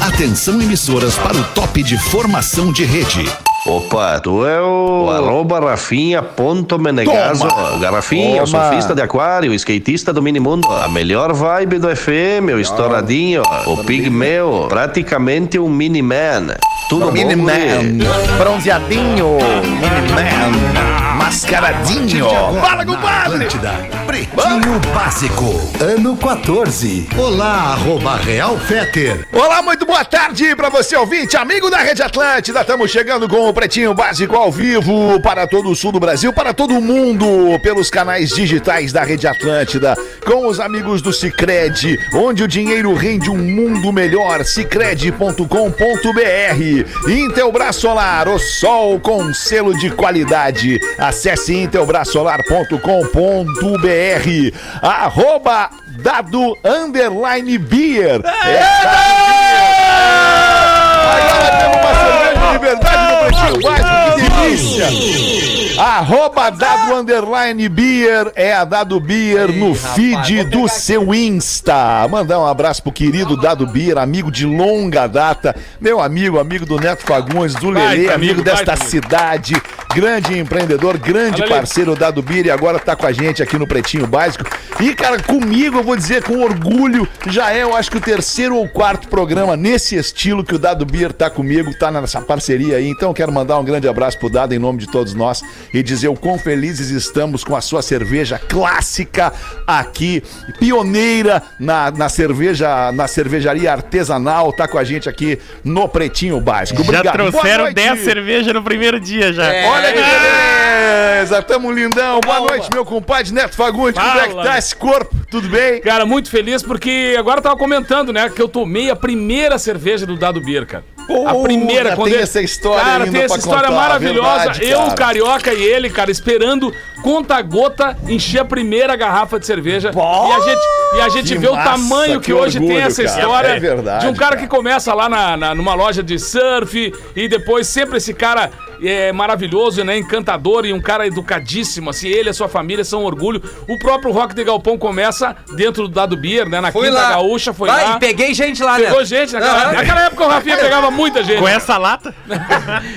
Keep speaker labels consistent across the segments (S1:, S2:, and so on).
S1: Atenção emissoras para o top de formação de rede.
S2: Opa, tu é o, arroba Rafinha ponto Menegaso. Garrafinha, o surfista de aquário, o skatista do minimundo. A melhor vibe do FM, o estouradinho, o pigmeu, praticamente um mini-man. Tudo
S3: Mini
S2: bom,
S3: Man.
S2: guri?
S3: Bronzeadinho. Mini Man. Mascaradinho. Fala, compadre.
S4: Pretinho Básico, ano 14. Olá, arroba Real Feter.
S3: Olá, muito boa tarde pra você, ouvinte, amigo da Rede Atlântida. Estamos chegando com o Pretinho Básico ao vivo para todo o sul do Brasil, para todo o mundo, pelos canais digitais da Rede Atlântida, com os amigos do Cicred, onde o dinheiro rende um mundo melhor. Cicred.com.br. Intelbras Solar, o sol com selo de qualidade. Acesse intelbrasolar.com.br. Arroba dado underline beer. É. Agora temos uma cerveja de verdade no Pretinho Básico, que delícia! Arroba dado underline beer é a dado beer no feed do seu Insta. Mandar um abraço pro querido dado beer, amigo de longa data, meu amigo, amigo do Neto Fagundes, do Lelê,
S5: amigo,
S3: amigo
S5: baita
S3: desta
S5: amigo.
S3: cidade, grande empreendedor, grande
S5: Olha ali.
S3: parceiro dado beer e agora tá com a gente aqui no Pretinho Básico. E cara, comigo eu vou dizer com orgulho, já é, eu acho que o terceiro ou quarto programa nesse estilo que o Dado Beer tá comigo, tá nessa parceria aí. Então eu quero mandar um grande abraço pro Dado em nome de todos nós e dizer o quão felizes estamos com a sua cerveja clássica aqui, pioneira na, na cerveja, na cervejaria artesanal, tá com a gente aqui no Pretinho Básico. Obrigado.
S5: Já
S3: Boa
S5: trouxeram
S3: noite.
S5: 10 cervejas no primeiro dia já.
S6: É.
S3: Olha que
S7: É.
S3: beleza! Tamo lindão! Boa
S8: Calma.
S3: noite, meu compadre Neto Fagundes. Como
S8: Fala.
S3: é que tá esse corpo? Tudo bem?
S8: Cara, muito feliz porque agora eu tava comentando, né, que eu tomei a primeira cerveja do Dado Beer, cara. a
S3: Puta,
S8: primeira
S3: tem essa história
S8: Cara,
S3: ainda
S8: tem essa
S3: pra
S8: história
S3: contar,
S8: maravilhosa.
S3: verdade,
S8: eu,
S3: cara.
S8: o carioca e ele, cara, esperando conta-gota encher a primeira garrafa de cerveja. e a gente e a gente
S3: que
S8: vê o
S3: massa,
S8: tamanho que,
S3: que
S8: hoje tem
S3: orgulho,
S8: essa
S3: cara.
S8: história
S3: É verdade,
S8: de um cara,
S3: cara.
S8: que começa lá na, na- numa loja de surf e depois sempre esse cara é maravilhoso, né, encantador e um cara educadíssimo, assim, ele e a sua família são um orgulho. O próprio Rock de Galpão começa dentro do Dado Beer, né, na
S7: Fui
S8: Quinta
S7: lá.
S8: Gaúcha, foi
S7: Vai,
S3: Tá.
S8: lá.
S7: E peguei gente lá, né?
S8: Pegou gente naquela,
S7: Aham.
S8: naquela época o Rafinha pegava muita gente.
S5: Com essa lata?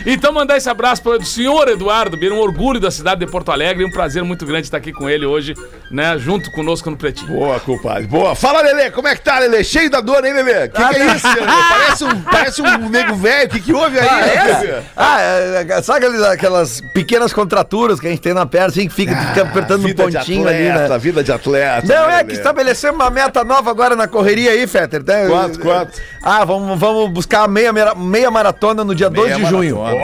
S8: Então mandar esse abraço para o senhor Eduardo Beira, um orgulho da cidade de Porto Alegre, um prazer muito grande estar aqui com ele hoje, né, junto conosco no Pretinho.
S3: Boa, compadre. Boa. Fala, Lelê. Como é que tá, Lelê? Cheio da dor, hein, Lelê? Que que é isso, Lelê? Parece um, parece um nego velho. O que, que houve aí,
S7: tá. Ah,
S3: Lelê?
S7: é? Ah, é, é, sabe aquelas, aquelas pequenas contraturas que a gente tem na perna, assim, que fica, fica apertando no
S3: Ah, Vida de
S7: pontinho ali,
S3: atleta,
S7: né?
S3: vida de atleta.
S7: Não,
S3: né,
S7: é
S3: Lelê?
S7: que estabelecemos uma meta nova agora na correria aí, Fetter. Né?
S3: Quanto, quanto?
S7: Ah, vamos, vamos buscar a meia, mara- meia maratona no dia 2 de junho.
S3: né?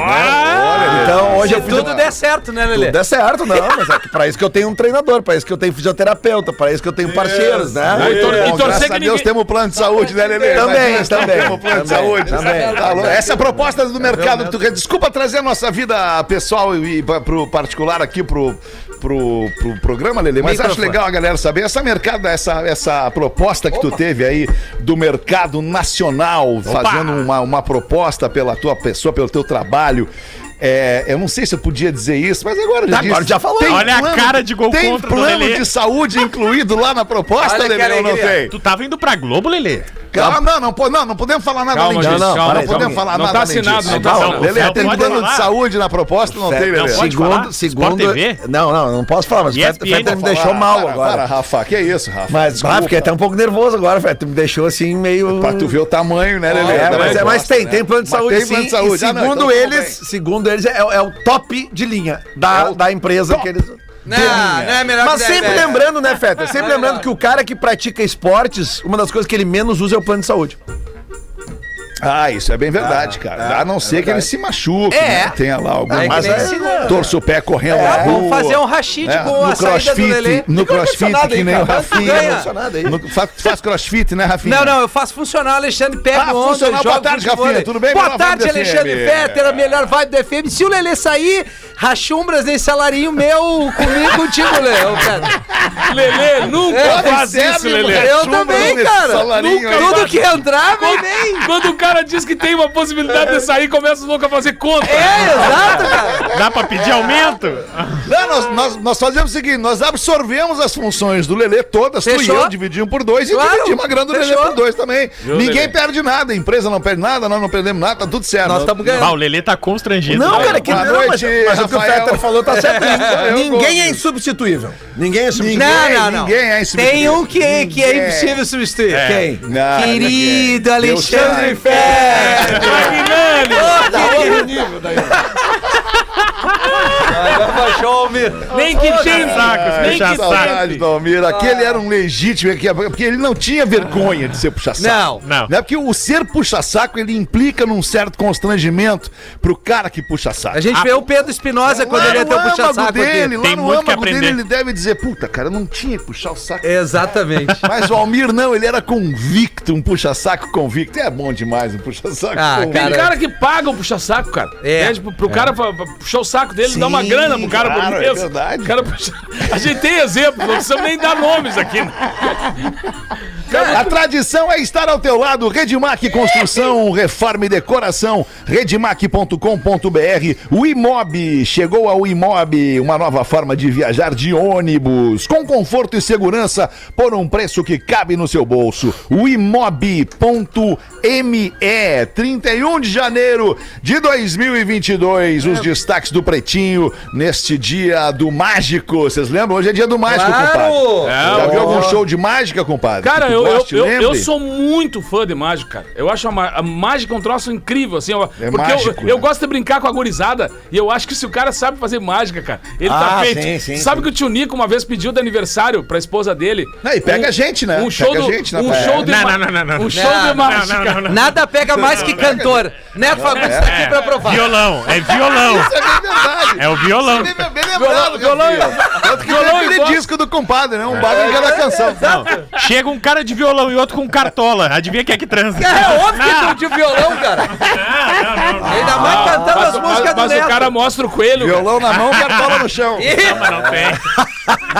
S7: Então, hoje
S3: Hoje
S7: eu
S3: é
S7: fiz tudo
S3: tudo
S7: dessa.
S3: dessa.
S7: der certo, né, Lelê? Tudo é certo, não, mas é que pra isso que eu tenho um treinador, pra isso que eu tenho fisioterapeuta, pra isso que eu tenho parceiros, né?
S8: Deus. E tor- e
S3: Bom,
S8: torcer
S3: graças
S8: que
S3: a Deus
S8: ninguém-
S3: temos plano de saúde, né, Lelê?
S7: Também,
S3: Nós
S7: também,
S3: Temos plano de
S7: também,
S3: saúde.
S7: também,
S3: Tá louco?
S7: também.
S3: Essa é a proposta do mercado que tu quer. Desculpa trazer a nossa vida pessoal e, e pra- pro particular aqui pro, pro, pro programa, Lelê, mas acho
S7: Microfone.
S3: legal a galera saber essa mercado, essa, essa proposta que tu teve aí do mercado nacional, fazendo uma, uma proposta pela tua pessoa, pelo teu trabalho. É, eu não sei se eu podia dizer isso, mas agora eu já
S7: Agora
S3: disse.
S7: já falou.
S3: Tem
S5: Olha a cara de gol
S3: tem
S5: contra do
S3: plano
S5: Lelê.
S3: de saúde incluído lá na proposta,
S7: Olha que
S3: Lelê, ou não
S7: alegria.
S3: tem?
S5: Tu tava indo pra Globo, Lelê?
S3: Calma, não, não, po- não, não podemos falar nada
S8: Calma,
S3: além
S8: gente,
S3: disso. Não,
S8: calma,
S3: não
S8: calma.
S3: podemos falar
S8: Não
S3: nada
S8: tá
S3: além
S8: assinado,
S3: disso.
S8: não tá
S3: Calma,
S5: assinado.
S3: Lelê,
S5: Não,
S3: tem
S5: pode
S3: plano de
S5: falar.
S3: saúde na proposta, não tem, Lelê.
S5: não, pode falar?
S7: segundo,
S5: Sport
S7: segundo.
S5: TV?
S7: Não, não, não posso falar, mas o Fetter
S5: ESPN
S7: Fetter me
S5: não
S7: deixou mal
S3: tá para,
S7: agora.
S3: Para, Rafa, que isso, Rafa?
S7: Mas bah, fiquei até um pouco nervoso agora, velho. Tu me deixou assim meio.
S3: É, Pra tu ver o tamanho, né, Lelê? Da
S7: É, mas, é,
S3: proposta,
S7: mas tem,
S3: né?
S7: tem plano de
S3: Mas
S7: saúde.
S3: Tem plano de
S7: sim,
S3: saúde.
S7: e
S3: Ah, não,
S7: segundo
S3: então tudo
S7: eles,
S3: bem.
S7: segundo eles, é, é o top de linha da,
S3: É o
S7: da empresa
S3: top.
S7: que eles. Não,
S3: não é
S7: melhor Mas sempre lembrando, né, Feta? Sempre lembrando que o cara que pratica esportes, uma das coisas que ele menos usa é o plano de saúde.
S3: Ah, isso é bem verdade, cara. A não ser que ele se machuque,
S7: É.
S3: né? Tenha lá algum.
S7: É que
S3: Mas
S7: nem
S3: é-
S7: esse, né?
S3: torce o pé correndo na rua.
S7: vamos fazer um rachide
S3: né?
S7: com a saída do Lelê.
S3: No
S7: Fica
S3: crossfit,
S7: emocionado
S3: que
S7: aí,
S3: nem o
S7: cara. Ganha.
S3: Rafinha. No- faz- Faz crossfit, né, Rafinha?
S7: Não, não, eu faço funcional, Alexandre pega
S3: Ah,
S7: o onda,
S3: funcional.
S7: joga
S3: Boa tarde,
S7: futebol.
S3: Rafinha, tudo bem?
S7: Boa
S3: Melhor
S7: tarde,
S3: vibe do
S7: Alexandre
S3: FM.
S7: Fetter, a melhor vibe do FM. Se o Lelê sair,
S6: rachumbras nesse salarinho meu comigo e contigo, Lê. Ô, cara.
S8: Lelê, nunca
S7: É.
S8: faz isso, Lelê.
S6: Eu também, cara. Nunca Tudo que entrar, vem bem.
S8: Quando o cara diz que tem uma possibilidade de sair, começa o louco a fazer conta.
S6: É, exato, cara.
S5: Dá pra pedir aumento?
S3: Não, nós, nós, nós fazemos o seguinte: nós absorvemos as funções do Lelê todas, tu
S6: Fechou.
S3: e eu dividimos por dois
S6: Claro,
S3: e dividimos a grana do Lelê
S6: fechou.
S3: por dois também.
S8: Viu,
S3: Ninguém
S8: Lelê?
S3: perde nada, a empresa não perde nada, nós não perdemos nada, tá tudo certo.
S6: Nós estamos ganhando.
S5: Ah, o Lelê tá constrangido.
S7: Não,
S5: né?
S7: cara, que
S3: Boa
S7: não, mas,
S3: noite,
S7: mas o que o
S3: Rafael.
S7: Fetter falou tá certo.
S3: Eu
S7: Ninguém
S3: gosto.
S7: é insubstituível. Ninguém é insubstituível.
S6: Não, não, não.
S3: Ninguém é
S6: Tem
S3: insubstituível.
S6: um que, é- que é
S3: Ninguém.
S6: impossível substituir.
S3: É.
S6: Quem?
S3: Não,
S6: Querido
S3: ninguém. É.
S6: Alexandre
S3: Eu sei.
S6: Ferro.
S8: Nem que tente, nem
S5: fechar
S8: que
S5: a saco.
S8: tente.
S3: Ah, Saudade do Almir, aquele era um legítimo, aqui, porque ele não tinha vergonha de ser puxa-saco.
S5: Não, não.
S3: É porque o ser puxa-saco, ele implica num certo constrangimento pro cara que puxa saco.
S6: A gente vê o Pedro Espinosa quando ele ia ter o puxa-saco
S3: dele,
S6: dele.
S3: lá
S5: Tem
S3: no
S5: muito que
S3: âmago dele,
S5: aprender.
S3: ele deve dizer, puta, cara, eu não tinha que puxar o saco.
S6: Exatamente.
S3: Mas o Almir não, ele era convicto, um puxa-saco convicto. É bom demais um puxa-saco
S6: Ah,
S3: convicto.
S8: Tem
S6: Cara-
S8: cara que paga o puxa-saco, cara.
S6: É.
S8: Pede pro, pro cara pra- pra puxar o saco dele, dá uma
S3: Sim,
S8: grana pro cara
S3: claro,
S8: por
S3: é
S8: mês.
S3: verdade.
S8: O cara puxa- A gente tem exemplo, não precisamos nem dar nomes aqui. né?
S3: A tradição é estar ao teu lado. Redmac Construção, um Reforma e Decoração. Redmac.com.br. O Imob. Chegou ao Imob, uma nova forma de viajar de ônibus. Com conforto e segurança, por um preço que cabe no seu bolso. O Imob.me. 31 de janeiro de 2022. Os destaques do Pretinho neste dia do mágico. Vocês lembram? Hoje é dia do mágico, compadre.
S6: Claro!
S3: Já
S8: É,
S3: viu algum show de mágica, compadre?
S8: Cara,
S3: Que tu
S8: eu, eu,
S3: goste,
S8: eu,
S3: lembre?
S8: eu sou muito fã de mágica, cara. Eu acho a, ma- a mágica um troço incrível, assim. ó,
S3: É
S8: porque
S3: mágico,
S8: eu,
S3: né?
S8: eu gosto de brincar com a gurizada e eu acho que se o cara sabe fazer mágica, cara, ele tá
S7: Ah,
S8: feito.
S7: sim, sim,
S8: sabe que o tio Nico uma vez pediu de aniversário pra esposa dele.
S3: Não, e pega
S8: um-
S3: a gente, né?
S8: Um show,
S3: Pega a
S8: do,
S3: gente, né,
S8: um
S3: pai?
S8: show de
S5: Não,
S8: ma-
S5: não, não, não, não.
S8: Um show
S6: Não,
S8: de
S6: não,
S8: mágica.
S6: Nada pega mais que cantor. Neto
S5: É,
S6: Fagundes tá aqui pra provar.
S5: Violão, é violão.
S3: É bem verdade.
S5: É o violão.
S3: Bem, bem lembrado,
S8: um Violão-
S3: Gabriel. Tanto que tem
S8: violão e
S3: aquele
S8: voz. É.
S3: disco do compadre, né? Um bagulho em cada canção.
S5: Chega um cara de violão e outro com cartola. Adivinha quem é que transa?
S6: É óbvio que tu de violão, cara. Ainda mais cantando
S8: Ah, Mas,
S6: as músicas
S8: mas,
S6: do
S8: mas
S6: Neto.
S8: o cara mostra o coelho. cara.
S3: Violão na mão, cartola no chão.
S5: Mas não tem.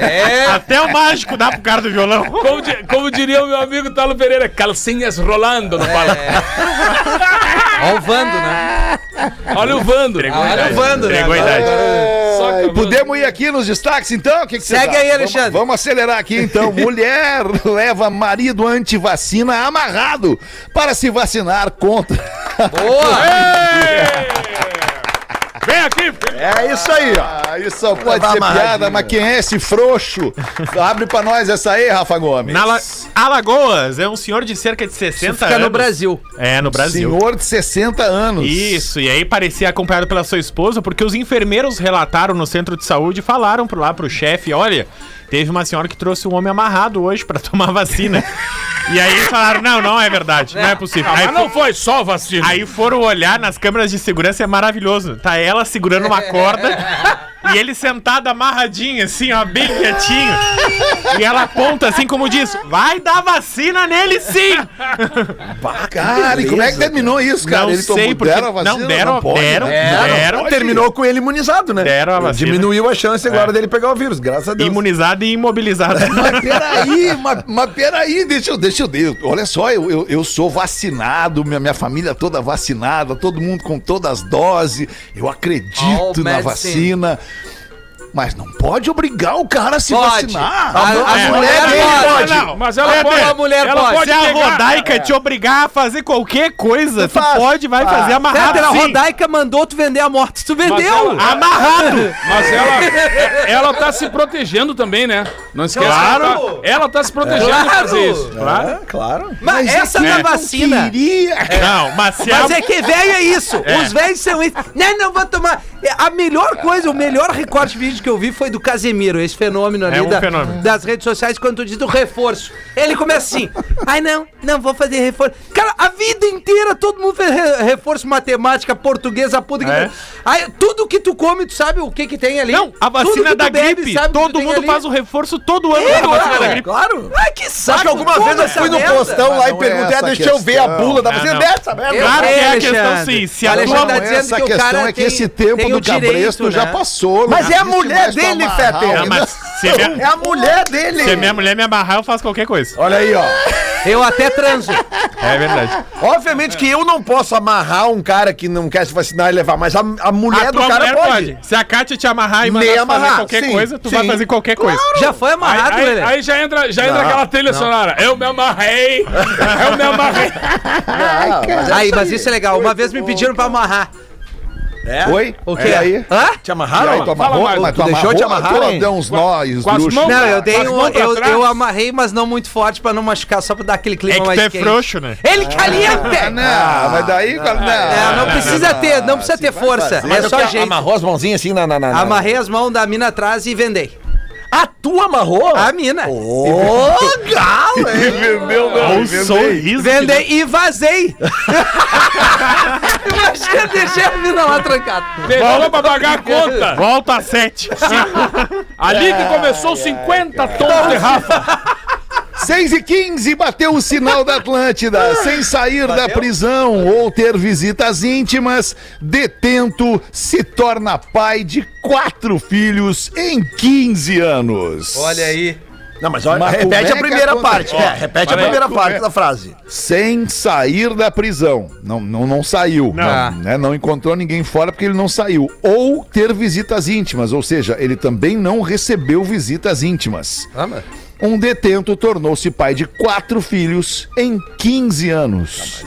S6: É,
S5: Até o mágico dá pro cara do violão.
S8: Como, di- como diria o meu amigo Talo Pereira, calcinhas rolando no palco.
S6: Olha o Vando, né?
S8: Olha o Vando.
S6: a
S8: Olha
S6: idade. Vando, né?
S5: Entregou a
S6: Agora-
S5: idade.
S8: Só que
S3: Ai,
S8: eu vou-
S3: Podemos ir aqui nos destaques, então? O que que vocês
S6: Segue
S3: acham?
S6: aí,
S3: Vamos-
S6: Alexandre.
S3: Vamos, acelerar aqui, então. Mulher leva marido antivacina amarrado para se vacinar contra.
S6: Boa!
S8: Ei! Vem aqui, filho.
S3: É isso aí, ó. isso só pode ser piada, mas quem é esse frouxo? Abre pra nós essa aí, Rafa Gomes.
S5: Na La- Alagoas, é um senhor de cerca de 60
S6: Fica
S5: anos.
S6: no Brasil.
S5: É, no Brasil.
S3: Senhor de 60 anos.
S5: Isso, e aí parecia acompanhado pela sua esposa, porque os enfermeiros relataram no centro de saúde e falaram pro, lá pro chefe, olha, teve uma senhora que trouxe um homem amarrado hoje pra tomar vacina. e aí eles falaram, não, não é verdade, não é possível. Aí,
S8: Ah, não foi só vacina.
S5: aí foram olhar nas câmeras de segurança, é maravilhoso. Tá ela segurando uma corda e ele sentado amarradinho, assim, ó, bem quietinho. E ela aponta assim como diz, vai dar vacina nele sim!
S7: Ah,
S3: Cara, e como é que terminou isso, cara?
S5: não sei porque...
S3: deram a vacina?
S5: não, deram,
S3: pode,
S5: deram,
S3: né?
S5: deram,
S3: pode.
S7: Terminou com ele imunizado, né?
S5: Deram a vacina.
S7: Diminuiu a chance agora
S3: É.
S7: dele pegar o vírus, graças a Deus.
S5: Imunizado e imobilizado.
S3: Mas peraí, mas, mas peraí, deixa eu, deixa eu, eu- olha só, eu, eu, eu sou vacinado, minha, minha família toda vacinada, todo mundo com todas as doses, eu
S6: All
S3: acredito na
S6: medicine.
S3: vacina. Mas não pode obrigar o cara a se
S6: Pode.
S3: vacinar.
S6: A- a
S5: É,
S6: mulher
S5: não, não,
S6: pode.
S5: não, não.
S8: Mas ela
S6: Ela
S8: Ah, pode.
S6: pode, a mulher
S8: ela
S6: pode. É.
S8: pode.
S5: Se a
S8: pegar.
S5: Rodaica te obrigar a fazer qualquer coisa, tu,
S7: faz,
S5: pode, vai fazer amarrado.
S6: Peter, a
S5: sim.
S6: Rodaica mandou tu vender a moto. Tu vendeu!
S8: ela-
S5: Amarrado!
S8: Mas ela, ela tá se protegendo também, né? Não esquece.
S5: Claro.
S8: Ela tá, ela tá se protegendo
S6: Claro.
S8: pra fazer isso.
S7: Claro, claro.
S6: Mas, essa
S8: Né?
S6: da vacina.
S3: Queria.
S5: Não, mas se
S6: Mas
S5: a...
S6: é que Né, velho é isso. Os velhos são isso. Não, não vou tomar. É, A melhor coisa, o melhor recorte de vídeo que eu vi foi do Casemiro, esse fenômeno ali
S5: É um
S6: da-
S5: fenômeno.
S6: das redes sociais, quando tu diz do reforço. Ele começa assim, ai não, não vou fazer reforço. Cara, a vida inteira todo mundo fez re- reforço matemática, portuguesa, puta que...
S5: É.
S6: Aí, tudo que tu come, tu sabe o que que tem ali.
S5: Não, a
S6: Tudo
S5: vacina
S6: que
S5: da
S6: tu bebe,
S5: gripe.
S6: sabe o que tu
S5: Todo
S6: tem
S5: mundo
S6: ali.
S5: faz o reforço todo ano
S6: É,
S5: da vacina da
S6: claro,
S5: gripe.
S6: claro. Ai, que saco.
S7: Acho que alguma vez eu fui no postão lá e
S3: não é
S7: perguntei, ah,
S3: essa a
S7: deixa eu ver a
S3: questão.
S7: bula da
S5: Não,
S7: você
S5: não.
S7: dessa, velho.
S5: Claro que é a
S6: Alexandre.
S5: questão, sim. Se a
S6: Alexandre
S5: tua-
S6: tá dizendo
S3: Essa
S6: que o
S3: questão
S6: cara
S3: é que
S6: tem-
S3: esse tempo
S6: tem
S3: do
S6: o direito,
S3: Cabresto já
S6: né?
S3: passou.
S7: Mas
S3: Luiz.
S7: é a mulher
S3: Diz que mais
S7: dele,
S3: pra
S6: é
S3: amarrar,
S7: Fetter.
S5: Ah, mas se minha,
S7: É a mulher dele.
S5: se minha mulher me amarrar, eu faço qualquer coisa.
S7: Olha aí, ó.
S6: Eu até transo.
S5: É verdade.
S7: Obviamente que eu não posso amarrar um cara que não quer se vacinar e levar, mas a, a mulher
S5: a
S7: do
S5: tua
S7: cara
S5: mulher
S7: pode.
S5: pode. Se a Kátia te amarrar e
S7: Me
S5: mandar tu
S7: amarrar,
S5: fazer qualquer
S7: sim,
S5: coisa, tu
S7: sim.
S5: vai fazer qualquer coisa.
S6: Já foi
S8: Aí,
S6: amarrado,
S8: aí-
S6: ele.
S8: aí já entra, já entra aquela trilha sonora. Eu me amarrei. Eu me amarrei.
S6: Aí, mas isso é legal. Uma vez me pediram pra amarrar.
S3: Oi?
S6: O quê?
S3: E aí?
S6: Hã?
S7: Te amarraram?
S3: tu amarrou,
S8: mais,
S3: mas
S7: tu deixou
S3: amarrou
S7: te
S3: ou
S7: amarrar,
S3: tu
S7: hein?
S3: Deu uns nós,
S8: Com as
S3: bruxos.
S8: mãos.
S6: Não, eu
S8: Com
S6: dei
S8: as
S6: um.
S8: mãos pra
S6: Eu,
S8: trás.
S6: eu amarrei, mas não muito forte pra não machucar, só pra dar aquele clima
S5: É que
S6: mais
S5: tu é
S6: quente.
S5: frouxo, né?
S6: Ele caliente!
S3: Ah, não, Ah, mas daí... Não,
S6: É, não precisa ter, não precisa ter força.
S7: Mas
S6: É
S7: eu
S6: só
S7: quero-
S6: jeito.
S7: Amarrou as mãozinhas assim na. na, na, na-
S6: Amarrei as mãos da mina atrás e vendei.
S7: Ah, tu amarrou?
S6: A mina.
S7: Ô, galo, hein?
S3: Vendeu, não.
S5: Um sorriso.
S6: Vendei e vazei. Imagina, deixei a mina lá trancada.
S8: Demorou pra pagar a conta.
S5: Volta a sete.
S8: Ali que começou 50 tons de Rafa.
S3: 6 e 15 bateu o sinal da Atlântida. Sem sair da prisão ou ter visitas íntimas, detento se torna pai de quatro filhos em 15 anos.
S6: Olha aí.
S7: Não, mas olha,
S3: Mas como
S7: repete
S3: é
S7: a
S3: que
S7: primeira
S3: acontece?
S7: parte. É, repete a
S8: olha aí,
S7: primeira
S8: como
S7: parte da frase.
S3: Sem sair da prisão. Não, não, não saiu.
S5: Não.
S3: Não, né? não encontrou ninguém fora porque ele não saiu. Ou ter visitas íntimas, ou seja, ele também não recebeu visitas íntimas. Um detento tornou-se pai de quatro filhos em 15 anos.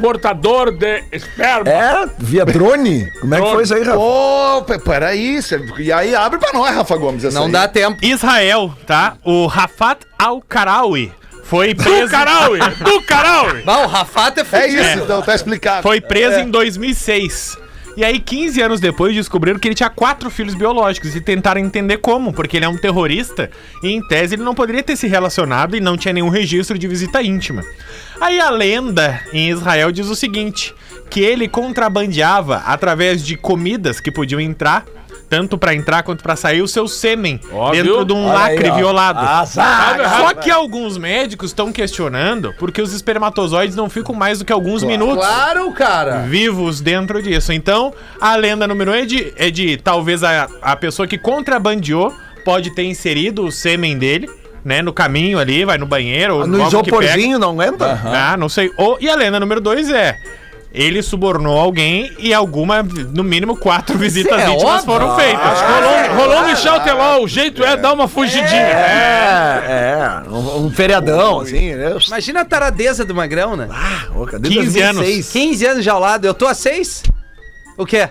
S8: Portador de esperma.
S7: É? Via drone? Como é que foi isso aí, Rafa?
S3: Ô, pe- peraí, cê- e aí abre pra nós, Rafa Gomes. essa
S6: Não
S3: aí.
S6: dá tempo.
S5: Israel, tá? O Rafat Al-Karawi foi
S8: Do
S5: preso.
S8: Carauê. Do Carauê.
S6: Bah, o Rafato é
S3: É
S6: fudido.
S3: isso, então tá explicado.
S5: Foi preso em 2006. E aí, 15 anos depois, descobriram que ele tinha quatro filhos biológicos e tentaram entender como, porque ele é um terrorista e, em tese, ele não poderia ter se relacionado e não tinha nenhum registro de visita íntima. Aí a lenda em Israel diz o seguinte: que ele contrabandeava através de comidas que podiam entrar, tanto pra entrar quanto pra sair, o seu sêmen
S8: Ó, viu?
S5: dentro de um
S7: Olha aí,
S5: lacre
S7: ó.
S5: violado.
S7: Azar!
S5: Só que alguns médicos estão questionando porque os espermatozoides não ficam mais do que alguns minutos
S6: Claro, cara.
S5: vivos dentro disso. Então, a lenda número um é de, é de talvez a, a pessoa que contrabandeou pode ter inserido o sêmen dele, né, no caminho ali, vai no banheiro, ou
S7: Ah, No
S5: algo que pega.
S7: isoporzinho não aguenta?
S5: Ah, não sei. Ou, e a lenda número dois é. Ele subornou alguém e alguma, no mínimo, quatro visitas
S6: é
S5: íntimas
S6: óbvio.
S5: foram feitas.
S7: Ah,
S8: Rolou, rolou um Michel Teló. O jeito é dar uma fugidinha.
S5: né?
S7: É, é. Um, um feriadão, assim, né?
S6: Imagina a taradeza do Magrão, né?
S7: Ô, cadê
S5: 15 anos.
S6: 15 anos já ao lado. Eu tô a 6? O quê?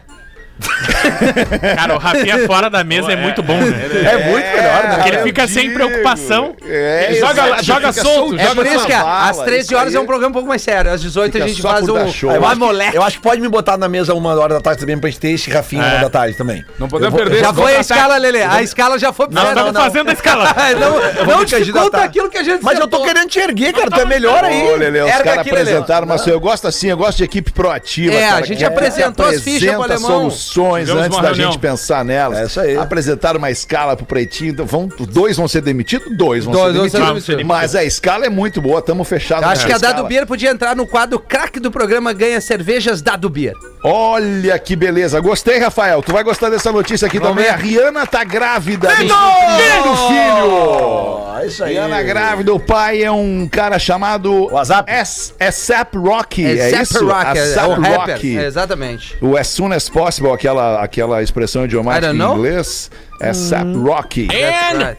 S5: Cara, o Rafinha fora da mesa é muito bom, né?
S7: É muito melhor, né?
S5: Porque ele fica sem preocupação.
S3: É,
S8: Joga,
S3: exato,
S8: joga
S3: fica
S8: solto.
S6: É
S8: joga
S6: por isso
S8: solto.
S6: que
S3: bala,
S6: às 13
S3: isso
S6: horas
S3: aí.
S6: é um programa um pouco mais sério. Às 18 a
S3: Fica
S6: gente
S3: só
S6: faz
S3: por dar
S6: um.
S3: show.
S6: um
S7: Eu acho, que,
S6: moleque.
S7: eu acho que pode me botar na mesa uma hora da tarde também pra gente ter esse Rafinha uma da tarde também.
S8: Não podemos
S7: Eu vou-
S8: perder
S6: Já
S8: esse
S6: foi a
S8: contra-ataque.
S6: escala, Lele. A escala já foi pro
S5: Nós
S6: zero.
S5: estamos fazendo a escala.
S6: Não, não
S7: me
S6: dificulta
S7: candidatar.
S6: aquilo que a gente
S7: Mas eu tô
S6: acertou.
S7: querendo te erguer, cara. Tu é melhor aí.
S3: Ô, Lelê, os
S6: Erga
S3: caras
S6: aqui, Lelê.
S3: apresentaram, mas eu gosto assim, eu gosto de equipe proativa.
S6: É,
S3: cara,
S6: a gente
S3: que
S6: apresentou as
S3: apresenta
S6: fichas pro alemão.
S3: soluções
S8: Tivemos
S3: antes
S8: uma
S3: da
S8: reunião.
S3: gente pensar nelas.
S7: É isso aí.
S3: Apresentaram uma escala pro Pretinho, então vão, dois vão ser demitidos, dois vão
S6: Dois
S3: ser
S6: vão ser
S3: demitidos.
S6: um
S5: demitidos.
S3: Mas a escala é muito boa, estamos fechados
S6: Acho
S3: nessa
S6: que é a
S3: escala.
S6: Dado Beer podia entrar no quadro craque do programa Ganha Cervejas Dado Beer.
S3: Olha que beleza. Gostei, Rafael. Tu vai gostar dessa notícia aqui também. A Rihanna tá grávida. do Primeiro filho!
S7: Ó, isso aí.
S3: Rihanna grávida, o pai é um cara chamado
S7: WhatsApp.
S3: S- é Sap Rocky, é,
S6: Zap
S3: isso?
S6: Rock, é, é
S3: Sap
S6: o
S3: Rocky.
S6: rapper. É, exatamente.
S3: O as soon as possible, aquela, aquela expressão
S6: I
S3: idiomática
S6: don't
S3: em
S6: know.
S3: inglês, é Sap Rocky.
S6: That's right.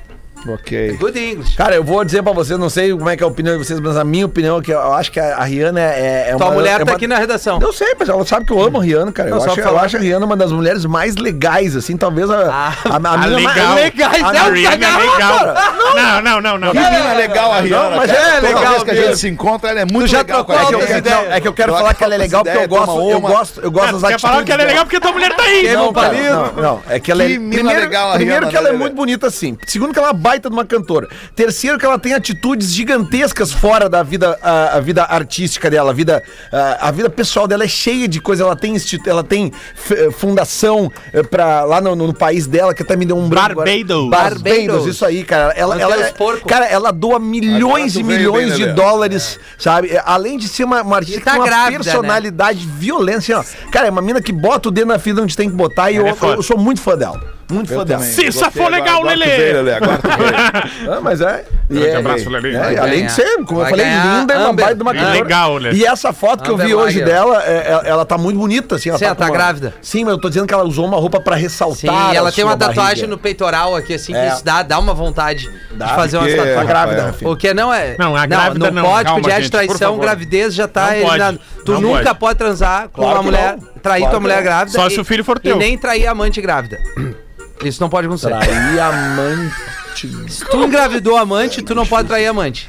S3: Ok.
S6: Good English.
S7: Cara, eu vou dizer pra vocês, não sei como é que é a opinião de vocês, mas a minha opinião é que eu acho que a a Rihanna é, é
S6: Tua mulher
S7: é
S6: tá
S7: uma-
S6: aqui na redação.
S7: Eu sei, mas ela sabe que eu amo a Rihanna, cara.
S6: Não,
S7: eu,
S6: só
S7: acho,
S6: pra
S7: eu
S6: falar.
S7: acho a Rihanna uma das mulheres mais legais, assim, talvez a.
S6: Ah,
S7: mina mais-
S5: legal.
S7: legais,
S6: A
S7: é o
S5: Rihanna é
S7: legal,
S5: legal.
S7: cara.
S5: Não, não, não, não.
S3: Que mina é legal a Rihanna,
S7: mas
S3: cara.
S7: é
S3: Toda
S7: legal
S3: vez que a
S7: mesmo.
S3: gente se encontra, ela é muito
S7: Tu já
S3: legal.
S7: trocou
S3: cara.
S7: altas
S3: quero-
S7: ideias.
S3: não,
S7: É que eu quero falar que ela é legal porque eu
S3: Troca
S7: gosto, eu
S3: uma-
S7: gosto, eu gosto das
S5: Quer
S7: atitudes.
S5: falar que ela é
S7: dela.
S5: legal porque tua mulher tá aí.
S7: então? Não, cara,
S6: Palito.
S7: não, não, é que ela é.
S3: Que mina
S7: primeiro
S3: legal a
S7: primeiro
S3: Rihanna,
S7: que ela
S3: né,
S7: é muito
S3: velho?
S7: bonita, assim. Segundo, que ela é uma baita de uma cantora. Terceiro, que ela tem atitudes gigantescas fora da vida, a, a vida artística dela. A vida, a, a vida pessoal dela é cheia de coisa. Ela tem, institu- ela tem f- fundação eh, pra, lá no, no país dela, que até me deu um branco agora.
S5: Barbados.
S7: Barbados, isso aí, cara. Ela,
S6: Manter
S7: ela, é
S6: os porcos.
S7: cara, ela doa milhões
S3: tu
S7: e
S3: veio
S7: milhões
S3: bem,
S7: de
S3: Lelê.
S7: dólares, sabe? Além de ser uma, uma artista
S6: E tá
S7: com uma
S6: grávida, né?
S7: personalidade personalidade, violência. assim, ó. Cara, é uma mina que bota o dedo na fila onde tem que botar e eu,
S5: Ela é foda.
S7: eu sou muito fã dela. Muito fã dela.
S5: Se isso for legal,
S3: Agora tu vê,
S5: Lelê.
S3: Lelê, agora tu vê.
S7: Ah, mas é. e
S5: Grande
S7: é-
S5: abraço, Lelê.
S7: é,
S5: Vai
S7: além
S6: ganhar.
S7: de ser, como
S6: Vai
S7: eu falei,
S6: ganhar
S7: linda, é uma
S6: Amber.
S7: baita de uma
S5: E
S7: cantora.
S5: legal, né?
S7: E essa foto que eu
S6: Amber
S7: vi hoje
S6: Lager.
S7: dela, é- ela, ela tá muito bonita, assim.
S6: Sim, ela
S7: com
S6: tá
S7: uma-
S6: grávida.
S7: Sim, mas eu tô dizendo que ela usou uma roupa pra ressaltar.
S6: Sim, e ela
S7: a
S6: tem
S7: sua
S6: uma tatuagem
S7: barriga.
S6: no peitoral aqui, assim,
S7: É.
S6: que isso dá, dá uma vontade
S7: Dá,
S6: de fazer uma
S3: porque-
S7: Tá
S6: tatuagem.
S7: grávida,
S3: Rafael.
S7: filho.
S6: O que não é.
S5: Não, a grávida não,
S6: pode
S5: calma,
S6: pedir a de
S5: gente, por
S6: traição,
S5: favor.
S6: gravidez já
S5: Não
S6: tá
S5: pode,
S6: eliminado. Tu
S5: não
S6: nunca
S5: pode.
S6: pode, transar com
S7: Claro
S6: uma
S7: que
S6: mulher,
S7: não. Claro
S6: trair tua
S7: que
S6: mulher
S7: não.
S6: grávida.
S5: Só
S6: e-
S5: se o filho for
S6: E
S5: teu.
S6: nem trair a amante grávida. Isso não pode acontecer.
S7: Trair amante.
S6: Se tu engravidou a amante, tu não pode trair a amante.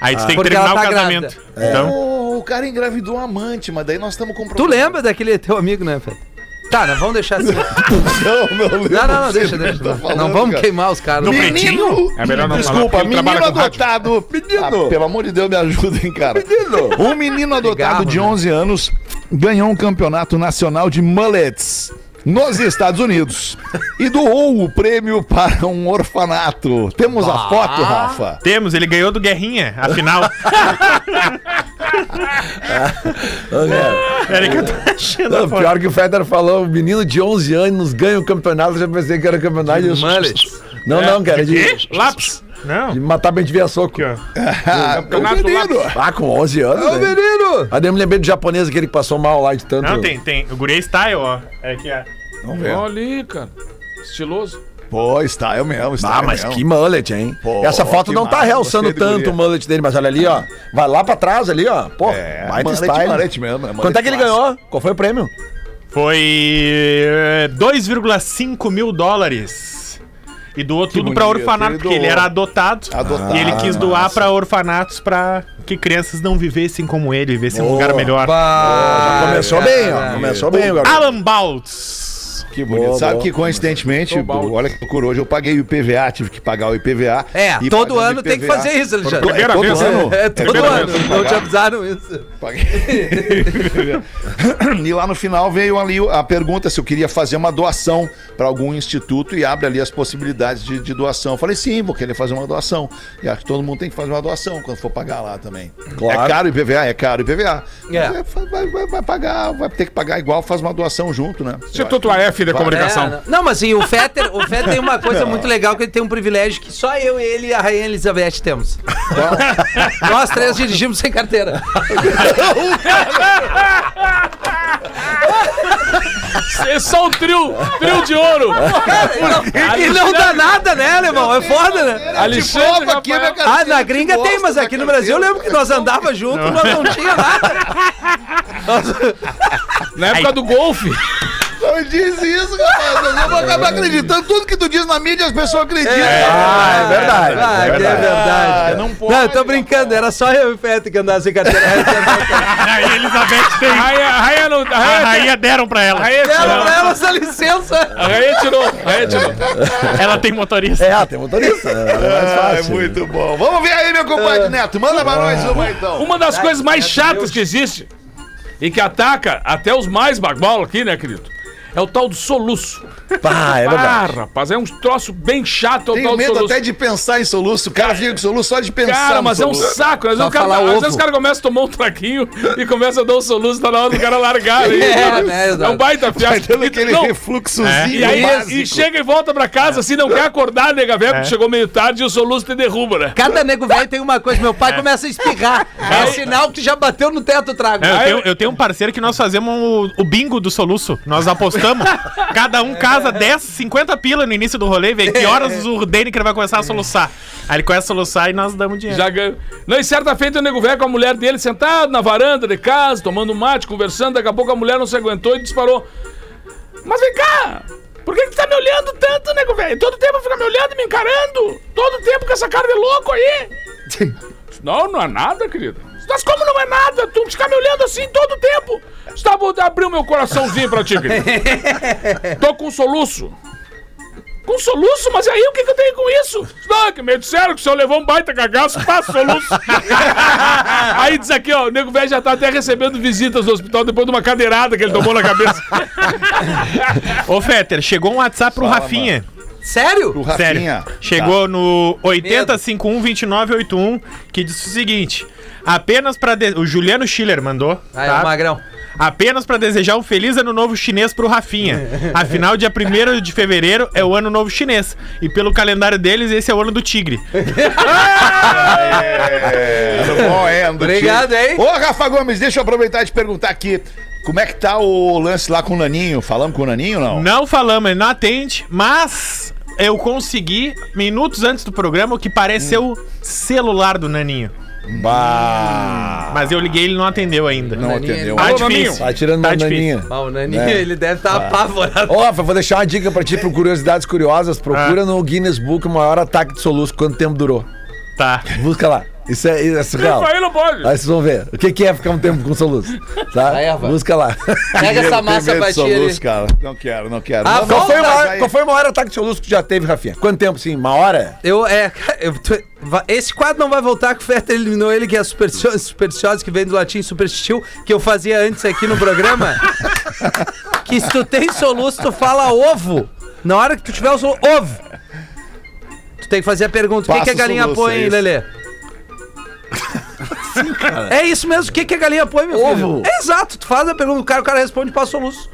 S5: Aí tu tem que
S6: Porque ela
S5: terminar o
S6: tá
S5: casamento.
S7: É.
S5: Então,
S3: Pô, o cara engravidou um amante, mas daí nós estamos com
S6: Tu
S3: problema.
S6: lembra daquele teu amigo, né, Fê? Tá, não vamos deixar assim.
S3: Não, não lembro.
S6: Não, não, não, deixa,
S3: Você
S6: deixa.
S3: tá falando,
S6: não vamos
S3: cara.
S6: queimar os caras.
S5: No
S6: Não.
S5: pretinho? É melhor não
S3: Desculpa,
S5: falar, porque ele
S3: menino
S5: trabalha com rádio.
S3: adotado. Menino. Ah, pelo amor de Deus, me ajudem, cara. Menino. Um menino adotado
S6: Cigarro,
S3: de
S6: né?
S3: 11 anos ganhou um campeonato nacional de mullets nos Estados Unidos e doou o prêmio para um orfanato. Temos a foto, Rafa.
S5: temos, ele ganhou do Guerrinha, afinal.
S7: É.
S5: Peraí que eu tô achando a
S7: Não,
S5: foto.
S7: pior que o Feder falou, o menino de 11 anos ganha o campeonato, eu já pensei que era campeonato de...
S6: mullet.
S7: Não, não, cara, de,
S5: É.
S7: É um
S5: Quê? Lápis? Não.
S7: de matar bem de via
S5: Aqui,
S7: soco.
S5: ó.
S3: Ah, o menino.
S7: Ah, com 11 anos, né?
S3: menino.
S7: Aí eu me lembrei do japonês, aquele que passou mal lá de tanto...
S5: Não, tem, tem. O Gurei Style, ó. É aqui, ó.
S8: Olha aí, cara. Estiloso.
S3: Pô, está eu mesmo, está
S7: Ah, mas que mullet, hein?
S3: Pô,
S7: Essa foto
S3: que
S7: não tá
S3: massa,
S7: realçando
S3: gostei do
S7: tanto
S3: guria.
S7: o mullet dele, mas olha ali, ó. Vai lá pra trás ali, ó. Pô,
S3: É,
S7: baita
S3: mullet,
S7: style.
S3: mullet mesmo, né? Mullet
S7: Quanto é que ele
S3: clássico.
S7: ganhou? Qual foi o prêmio?
S5: Foi eh, 2,5 mil dólares. E doou tudo pra
S3: bonito,
S5: orfanato,
S3: ele
S5: porque ele
S3: doou.
S5: era adotado.
S3: Adotado,
S5: e ele quis doar pra orfanatos pra que crianças não vivessem como ele, vivessem em um lugar melhor.
S3: Ah,
S7: já começou bem, ó. Começou bem, agora.
S5: Alan Baltz.
S3: Que bonito.
S7: Boa,
S3: Sabe
S7: boa.
S3: que coincidentemente,
S8: balde.
S3: olha que loucura, hoje eu paguei o IPVA, tive que pagar o IPVA.
S6: É,
S3: E
S6: todo
S3: pagando
S6: ano tem que
S3: IPVA,
S6: fazer isso, Alexandre.
S5: Primeira
S3: todo
S5: vez,
S3: ano.
S6: É, todo
S5: Primeira
S6: ano.
S3: vez.
S6: Não te avisaram isso.
S3: Paguei. e lá no final veio ali a pergunta se eu queria fazer uma doação para algum instituto e abre ali as possibilidades de, de doação. Eu falei, sim, vou querer fazer uma doação. E acho que todo mundo tem que fazer uma doação quando for pagar lá também.
S7: Claro.
S3: É caro o IPVA, é caro o IPVA.
S6: É.
S3: Mas fa- Vai, vai- vai pagar, vai ter que pagar igual, faz uma doação junto, né? Eu acho.
S5: Instituto AF da comunicação.
S6: É, não. não, mas assim, o Fetter, o Fetter tem uma coisa muito legal, que ele tem um privilégio que só eu, ele e a Rainha Elizabeth temos. Nós três dirigimos sem carteira.
S8: É só o trio, trio de ouro.
S6: e não dá nada, né, alemão? É foda, né?
S8: Alexandre,
S3: prova aqui, né,
S8: Rafael.
S3: minha
S6: Ah,
S3: carteira
S6: na
S3: de
S6: gringa tem,
S3: bosta,
S6: mas
S3: minha
S6: aqui no Brasil eu
S3: carteira.
S6: lembro que nós andava junto, nós não tinha nada.
S8: na época do golfe.
S3: Não diz isso, rapaz. Eu vou acabar acreditando. Tudo que tu diz na mídia, as pessoas acreditam.
S7: Ah, é verdade.
S6: Ah, que é verdade. cara.
S3: não
S6: não,
S3: pode,
S6: eu tô brincando, era só eu e o Fetter que andava sem carteira.
S5: A Elizabeth tem.
S8: A raia, a raia não. A
S5: A
S8: raia,
S5: rainha deram pra ela.
S8: a raia
S6: Ela,
S8: tirou.
S6: ela, essa licença.
S8: A raia tirou. A raia tirou.
S5: Ela tem motorista.
S7: É, tem motorista. É mais
S3: Ah, é
S7: fácil.
S3: muito bom. Vamos ver aí, meu compadre
S6: É.
S3: Neto. Manda pra nós uma então.
S8: Uma das coisas mais chatas que existe e que ataca até os mais bagual aqui, né, querido? É o tal do soluço.
S7: Pá, é
S8: Ah,
S7: verdade.
S8: rapaz, é um troço bem chato é o
S3: Tenho
S8: tal do
S3: medo
S8: soluço.
S3: até de pensar em soluço. O cara fica com soluço só de pensar.
S8: Cara,
S3: no
S8: mas é um
S3: soluço.
S8: saco. Às vezes,
S6: Só
S8: o cara,
S6: falar
S8: às
S6: ovo.
S8: vezes o cara começa a tomar um traquinho e começa a dar um soluço, tá na hora do cara largar. ali.
S6: É, né,
S8: é
S6: exato.
S8: um baita
S3: Vai
S8: fiasco.
S3: dando aquele
S8: Não, É.
S3: refluxozinho
S8: E aí,
S3: básico. É.
S8: e chega e volta pra casa, assim, não quer acordar, nega velho, porque chegou meio tarde e o soluço te derruba, né?
S6: Cada nego velho tem uma coisa. Meu pai começa a espirrar. É sinal que já bateu no teto o trago.
S5: É, eu, tenho, eu tenho um parceiro que nós fazemos o, o bingo do soluço. Nós ajustamos. Cada um casa 10, 50 pila no início do rolê, vê que horas o Deniker vai começar a soluçar. Aí ele começa a soluçar e nós damos dinheiro.
S8: Já ganhou. Não, e certa feita o nego velho com a mulher dele sentado na varanda de casa, tomando mate, conversando. Daqui a pouco a mulher não se aguentou e disparou. Mas vem cá! Por que, que tu tá me olhando tanto, nego velho? Todo tempo fica me olhando e me encarando! Todo tempo com essa cara de louco aí! não, não é nada, querida. Mas como não é nada? Tu fica me olhando assim todo tempo! Tá, vou abrir o meu coraçãozinho pra ti, querida. Tô com soluço. Com soluço? Mas e aí o que, que eu tenho com isso? Não, é que me disseram que o senhor levou um baita cagaço, passa soluço. aí diz aqui, ó, o nego velho já tá até recebendo visitas do hospital depois de uma cadeirada que ele tomou na cabeça.
S5: Ô, Fetter, chegou um WhatsApp pro Rafinha.
S6: Sério?
S3: O Rafinha.
S5: Sério.
S6: tá.
S5: Chegou no 80512981 que disse o seguinte: apenas para o Juliano Schiller mandou,
S6: Aí,
S5: tá?
S6: magrão.
S5: Apenas para desejar um feliz ano novo chinês pro Rafinha. Afinal, dia 1 de fevereiro é o ano novo chinês e pelo calendário deles esse é o ano do tigre.
S3: É, tudo bom, é, Ando
S6: Obrigado,
S3: Tio.
S6: hein?
S3: Ô, Rafa Gomes, deixa eu aproveitar e te perguntar aqui. Como é que tá o lance lá com o Naninho? Falamos com o Naninho ou não?
S5: Não falamos, ele não atende, mas eu consegui, minutos antes do programa, o que parece ser o celular do Naninho.
S3: Bah,
S5: Mas eu liguei ele não atendeu ainda.
S3: não
S6: Naninho,
S3: atendeu.
S5: Tá
S8: Alô,
S5: difícil.
S8: Naninho.
S7: Tá tirando
S5: Tá
S7: uma
S5: difícil.
S7: naninha.
S6: Ah, o Naninho, ele deve estar apavorado.
S7: Ó, Rafa, vou deixar uma dica pra ti,
S3: Ah.
S7: pro Curiosidades Curiosas.
S5: Ah.
S7: Procura no Guinness Book o maior ataque de soluço, quanto tempo durou.
S5: Tá.
S7: Busca lá. Isso é, isso é surreal.
S8: Isso aí não pode.
S7: Aí vocês vão ver. O que, que é ficar um tempo com soluço? Tá?
S6: Vai, Rafa.
S7: Busca lá.
S6: Pega essa massa pra ti ali.
S3: soluço, cara. Não quero, não quero.
S6: Ah,
S3: Não,
S6: volta
S7: Qual foi, o
S6: mas
S7: maior, qual foi o maior ataque de soluço que tu já teve, Rafinha? Quanto tempo, sim? Uma hora?
S6: Eu, é, eu tô- va- esse quadro não vai voltar que o Fetter eliminou ele, que é supersticio- supersticioso, que vem do latim superstitio, que eu fazia antes aqui no programa. que se tu tem soluço, tu fala ovo. Na hora que tu tiver o soluço, ovo. Tu tem que fazer a pergunta, o que,
S3: Passa
S6: que a galinha
S3: o soluço, é
S6: põe,
S3: isso.
S6: Lelê? É isso mesmo, o que, que a galinha põe, meu filho?
S7: Ovo.
S6: É exato, tu faz a pergunta, o cara, o cara responde, passa o soluço.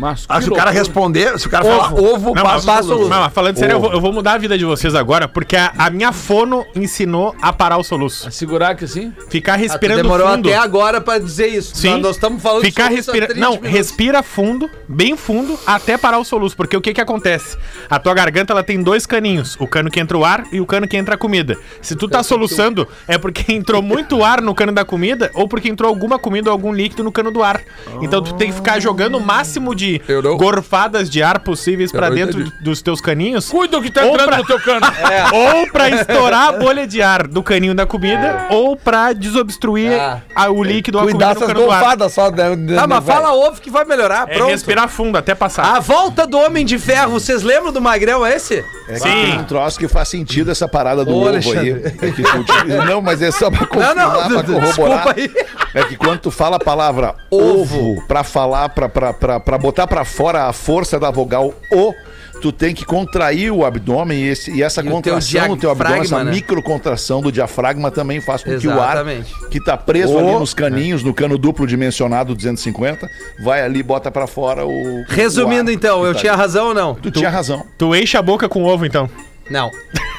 S8: Mas
S7: Ah, se o cara responder, se o cara falar
S6: Ovo.
S7: Ah, ovo,
S5: Não, mas,
S7: passa o soluço.
S5: não, mas falando sério, eu vou, eu vou mudar a vida de vocês agora, porque a, a minha fono ensinou a parar o soluço.
S8: Segurar aqui assim?
S5: Ficar
S6: Ah, tu
S5: respirando
S6: demorou
S5: fundo.
S6: até agora pra dizer isso.
S5: Sim.
S6: Nós- Nós estamos falando de
S5: Ficar
S6: soluço há
S5: respirando.
S6: 30
S5: Não,
S6: minutos.
S5: respira fundo, bem fundo, até parar o soluço. Porque o que que acontece? A tua garganta, ela tem dois caninhos. O cano que entra o ar e o cano que entra a comida. Se tu tá soluçando, é porque entrou muito ar no cano da comida ou porque entrou alguma comida ou algum líquido no cano do ar. Então tu tem que ficar jogando o máximo de
S7: Eu não-
S5: gorfadas de ar possíveis pra
S7: não
S5: dentro dos teus caninhos.
S8: Cuida o que tá
S5: Ou
S8: entrando
S5: pra-
S8: no teu cano.
S6: É.
S5: Ou pra estourar a bolha de ar do caninho da comida, ou pra desobstruir
S6: É. Ah.
S5: a- o líquido a comida no
S7: Cuidar essas
S5: cano do ar.
S7: golfadas só. Né,
S6: Tá, mas fala ovo que vai melhorar,
S5: É
S6: pronto.
S5: respirar fundo até passar.
S7: Ah,
S6: A volta do Homem de Ferro, vocês lembram do Magrão esse?
S3: É que
S5: Sim.
S3: tem um troço que faz sentido essa parada do
S7: Ô,
S3: ovo aí.
S7: Alexandre.
S3: É que tu utiliza- não, mas é só pra confirmar, pra corroborar.
S6: desculpa aí.
S3: É que quando tu fala a palavra ovo, pra falar, pra, pra, pra, pra botar pra fora a força da vogal O, tu tem que contrair o abdômen e, esse- e essa
S6: E o
S3: contração
S6: teu
S3: do teu abdômen, essa
S6: diafragma, né?
S3: microcontração do diafragma também faz com que o ar
S6: Exatamente.
S3: que tá preso ali nos caninhos, no cano duplo dimensionado 250, vai ali e bota pra fora o. o
S6: Resumindo
S3: ar
S6: então,
S3: que
S6: eu
S3: tá
S6: tinha
S3: ali.
S6: razão ou não?
S3: Tu tinha razão.
S5: Tu enche a boca com ovo, então.
S6: Não.